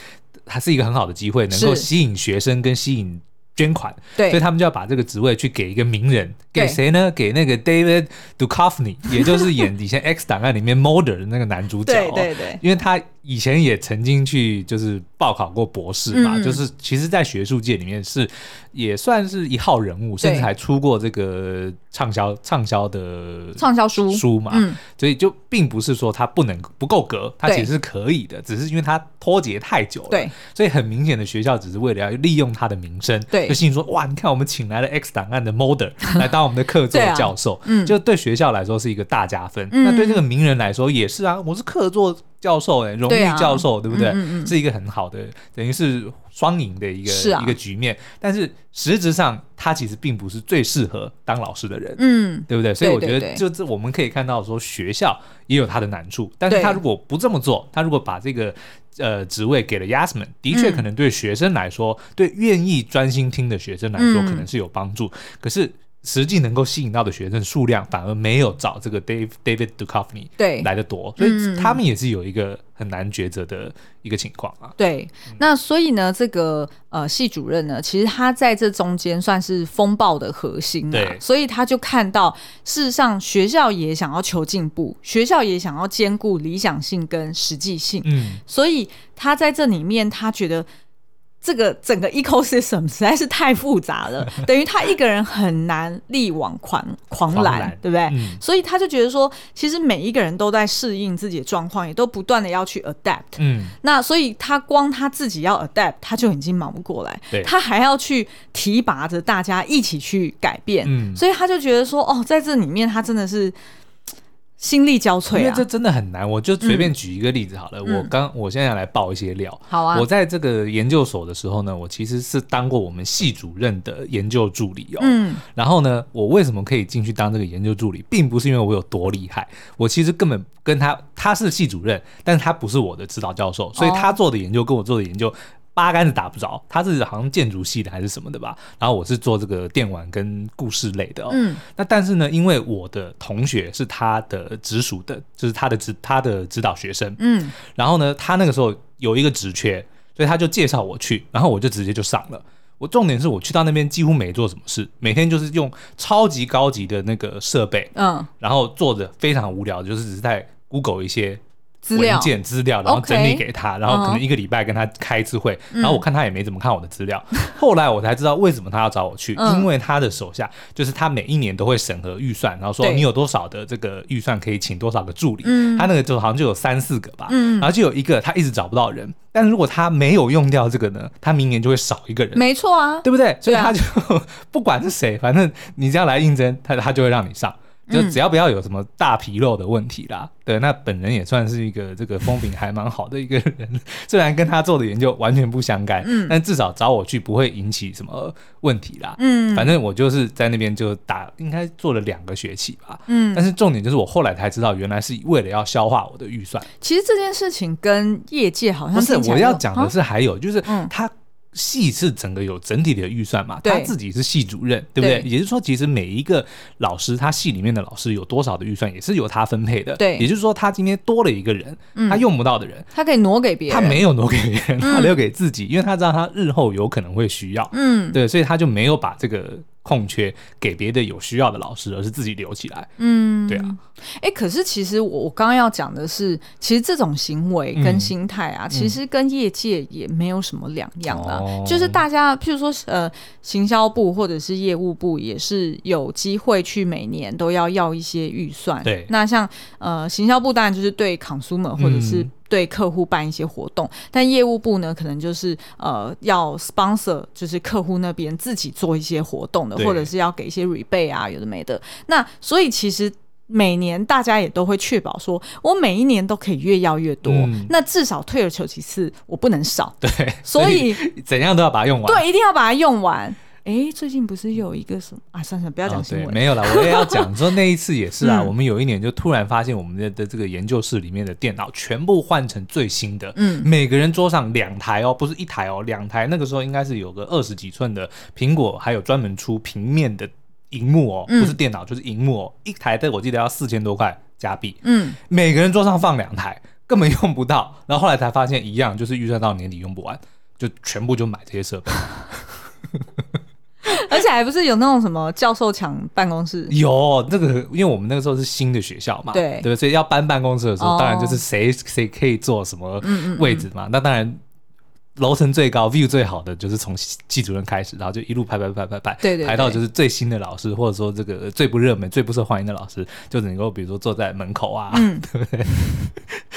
Speaker 1: 它是一个很好的机会，能够
Speaker 2: 是
Speaker 1: 吸引学生跟吸引。捐款，
Speaker 2: 对，
Speaker 1: 所以他们就要把这个职位去给一个名人，给
Speaker 2: 对
Speaker 1: 谁呢？给那个 David Duchovny，也就是演以前 X 档案里面 Mulder 的那个男主角、哦。
Speaker 2: 对对对，
Speaker 1: 因为他以前也曾经去就是报考过博士嘛，
Speaker 2: 嗯
Speaker 1: 就是其实，在学术界里面是也算是一号人物，甚至还出过这个畅销畅销的
Speaker 2: 畅销书，
Speaker 1: 书嘛，
Speaker 2: 嗯，
Speaker 1: 所以就并不是说他不能不够格，他
Speaker 2: 对
Speaker 1: 其实是可以的，只是因为他脱节太久了，
Speaker 2: 对，
Speaker 1: 所以很明显的学校只是为了要利用他的名声，
Speaker 2: 对
Speaker 1: 就心里说哇，你看我们请来了 X 档案的 Model 来当我们的客座
Speaker 2: 对啊
Speaker 1: 教授，
Speaker 2: 嗯
Speaker 1: 就对学校来说是一个大加分，
Speaker 2: 嗯
Speaker 1: 那对这个名人来说也是啊，我是客座教授哎、荣
Speaker 2: 对
Speaker 1: 誉
Speaker 2: 啊
Speaker 1: 教授，对不对？
Speaker 2: 嗯嗯嗯
Speaker 1: 是一个很好的，等于是双赢的一个、
Speaker 2: 是啊
Speaker 1: 一个局面，但是实质上他其实并不是最适合当老师的人，
Speaker 2: 嗯，
Speaker 1: 对不对？所以我觉
Speaker 2: 对对
Speaker 1: 得，
Speaker 2: 对
Speaker 1: 就这我们可以看到说，学校也有它的难处，但是
Speaker 2: 对
Speaker 1: 他如果不这么做，他如果把这个呃职位给了 Yasmin，的确
Speaker 2: 嗯
Speaker 1: 可能对学生来说，对愿意专心听的学生来说，
Speaker 2: 嗯
Speaker 1: 可能是有帮助。可是实际能够吸引到的学生数量，反而没有找这个 Dave David Duchovny
Speaker 2: 对
Speaker 1: 来的多，所以
Speaker 2: 嗯
Speaker 1: 他们也是有一个很难抉择的一个情况啊。
Speaker 2: 对，那所以呢，这个呃系主任呢，其实他在这中间算是风暴的核心啊
Speaker 1: 对，
Speaker 2: 所以他就看到，事实上学校也想要求进步，学校也想要兼顾理想性跟实际性，
Speaker 1: 嗯，
Speaker 2: 所以他在这里面，他觉得这个整个 ecosystem 实在是太复 杂了，等于他一个人很难力挽狂狂
Speaker 1: 狂
Speaker 2: 澜
Speaker 1: 澜，
Speaker 2: 对不对？
Speaker 1: 嗯
Speaker 2: 所以他就觉得说，其实每一个人都在适应自己的状况，也都不断的要去 adapt。
Speaker 1: 嗯，
Speaker 2: 那所以他光他自己要 adapt，他就已经忙不过来
Speaker 1: 对，
Speaker 2: 他还要去提拔着大家一起去改变，
Speaker 1: 嗯
Speaker 2: 所以他就觉得说，哦，在这里面他真的是嘖心力交
Speaker 1: 因
Speaker 2: 瘁
Speaker 1: 为这
Speaker 2: 啊。嗯
Speaker 1: 真的很难。我就随便举一个例子好了，我刚我现在来爆一些料。
Speaker 2: 好啊
Speaker 1: 我，在这个研究所的时候呢，我其实是当过我们系主任的研究助理哦。
Speaker 2: 嗯，
Speaker 1: 然后呢，我为什么可以进去当这个研究助理，并不是因为我有多厉害，我其实根本跟他他是系主任，但是他不是我的指导教授，所以
Speaker 2: 哦
Speaker 1: 他做的研究跟我做的研究。八竿子打不着，他是好像建筑系的还是什么的吧，然后我是做这个电玩跟故事类的、哦，
Speaker 2: 嗯，
Speaker 1: 那但是呢，因为我的同学是他的直属的，就是他的指他的指导学生，
Speaker 2: 嗯，
Speaker 1: 然后呢，他那个时候有一个职缺，所以他就介绍我去，然后我就直接就上了。我重点是我去到那边几乎没做什么事，每天就是用超级高级的那个设备，
Speaker 2: 嗯，
Speaker 1: 然后做着非常无聊，就是只是在 Google 一些
Speaker 2: 资
Speaker 1: 文
Speaker 2: 料
Speaker 1: 件资料，然后
Speaker 2: OK
Speaker 1: 整理给他，然后可
Speaker 2: 嗯
Speaker 1: 能
Speaker 2: 哼
Speaker 1: 一个礼拜跟他开一次会，然后我看他也没怎么看我的资 料，后来我才知道为什么他要找我去，
Speaker 2: 嗯
Speaker 1: 因为他的手下就是他每一年都会审核预算，然后说
Speaker 2: 对
Speaker 1: 你有多少的这个预算可以请多少个助理，
Speaker 2: 嗯
Speaker 1: 他那个就好像就有三四个吧，
Speaker 2: 嗯
Speaker 1: 然后就有一个他一直找不到人，但如果他没有用掉这个呢，他明年就会少一个人，
Speaker 2: 没错啊，
Speaker 1: 对不对？所以
Speaker 2: 对啊
Speaker 1: 他就不管是谁，反正你只要来应征，他他就会让你上，就
Speaker 2: 嗯
Speaker 1: 只要不要有什么大纰漏的问题啦。对，那本人也算是一个这个风评还蛮好的一个人，虽然跟他做的研究完全不相干，
Speaker 2: 嗯
Speaker 1: 但至少找我去不会引起什么问题啦。
Speaker 2: 嗯
Speaker 1: 反正我就是在那边就打，应该做了两个学期吧。
Speaker 2: 嗯，
Speaker 1: 但是重点就是我后来才知道，原来是为了要消化我的预算。
Speaker 2: 其实这件事情跟业界好像
Speaker 1: 不是
Speaker 2: 听起来
Speaker 1: 我要
Speaker 2: 就
Speaker 1: 讲的
Speaker 2: 啊
Speaker 1: 是，还有就是
Speaker 2: 嗯
Speaker 1: 他系是整个有整体的预算嘛，
Speaker 2: 对
Speaker 1: 他自己是系主任，对不对？
Speaker 2: 对
Speaker 1: 也就是说，其实每一个老师他系里面的老师有多少的预算，也是由他分配的。
Speaker 2: 对
Speaker 1: 也就是说，他今天多了一个人，
Speaker 2: 嗯
Speaker 1: 他用不到的人，
Speaker 2: 他可以挪给别
Speaker 1: 他
Speaker 2: 人，
Speaker 1: 没有挪给别 人，他留给自己，因为他知道他日后有可能会需要。
Speaker 2: 嗯
Speaker 1: 对，所以他就没有把这个空缺给别的有需要的老师，而是自己留起来。
Speaker 2: 嗯，
Speaker 1: 对啊，
Speaker 2: 哎、可是其实我我刚刚要讲的是，其实这种行为
Speaker 1: 嗯
Speaker 2: 跟心态啊，其实跟业界也没有什么两样啊。
Speaker 1: 哦
Speaker 2: 就是大家，譬如说呃，行销部或者是业务部，也是有机会去每年都要要一些预算。
Speaker 1: 对
Speaker 2: 那像呃，行销部当然就是对 consumer 或者是
Speaker 1: 嗯
Speaker 2: 对客户办一些活动，但业务部呢，可能就是呃要 sponsor，就是客户那边自己做一些活动的，
Speaker 1: 对
Speaker 2: 或者是要给一些 rebate 啊，有的没的。那所以其实每年大家也都会确保说，我每一年都可以越要越多，
Speaker 1: 嗯
Speaker 2: 那至少退而求其次，我不能少，
Speaker 1: 对，
Speaker 2: 所以
Speaker 1: 怎样都要把它用完。
Speaker 2: 对，一定要把它用完。诶，最近不是有一个什么啊？算了，不要讲
Speaker 1: 哦，
Speaker 2: 新
Speaker 1: 对，
Speaker 2: 闻。
Speaker 1: 没有啦，我也要讲说那一次也是啊，
Speaker 2: 嗯
Speaker 1: 我们有一年就突然发现我们的的这个研究室里面的电脑全部换成最新的，
Speaker 2: 嗯
Speaker 1: 每个人桌上两台哦，不是一台哦，两台。那个时候应该是有个二十几寸的苹果，还有专门出平面的荧幕哦，
Speaker 2: 嗯
Speaker 1: 不是电脑就是荧幕哦，一台的我记得要四千多块加币，
Speaker 2: 嗯，
Speaker 1: 每个人桌上放两台，根本用不到。然后后来才发现一样，就是预算到年底用不完，就全部就买这些设备。
Speaker 2: 而且还不是有那种什么教授抢办 公室，
Speaker 1: 有那个，因为我们那个时候是新的学校嘛，
Speaker 2: 对
Speaker 1: 对不对，所以要搬办公室的时候，
Speaker 2: 哦嗯
Speaker 1: 当然就是谁谁可以坐什么位置嘛。那当然，楼层最高、view 最好的就是从系系主任开始，然后就一路排排排排排，
Speaker 2: 对对对
Speaker 1: 排到就是最新的老师，或者说这个最不热门、最不受欢迎的老师，就能够比如说坐在门口啊，
Speaker 2: 嗯
Speaker 1: 对不对？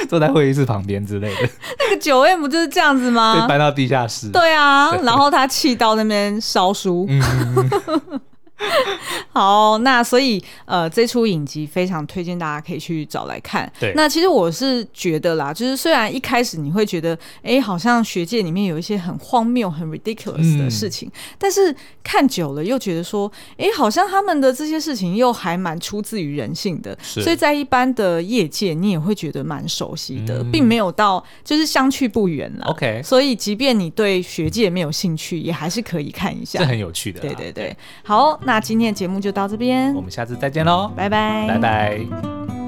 Speaker 1: 坐在会议室旁边之类的，
Speaker 2: 那个九 M 不就是这样子
Speaker 1: 被
Speaker 2: 吗？
Speaker 1: 搬到地下室。
Speaker 2: 啊对啊，然后他气到那边烧书。
Speaker 1: 嗯
Speaker 2: 好，那所以呃，这出影集非常推荐大家可以去找来看。
Speaker 1: 对
Speaker 2: 那其实我是觉得啦，就是虽然一开始你会觉得，哎、好像学界里面有一些很荒谬、很
Speaker 1: 嗯
Speaker 2: ridiculous 的事情，但是看久了又觉得说，哎、好像他们的这些事情又还蛮出自于人性的，
Speaker 1: 是
Speaker 2: 所以在一般的业界你也会觉得蛮熟悉的，并没有到就是相去不远啦。
Speaker 1: 嗯 OK
Speaker 2: 所以即便你对学界没有兴趣，也还是可以看一下
Speaker 1: 这。很有趣的啦。
Speaker 2: 对对对，好，那今天的节目就到这边
Speaker 1: 我，们下次再见喽，
Speaker 2: 拜拜，
Speaker 1: 拜。拜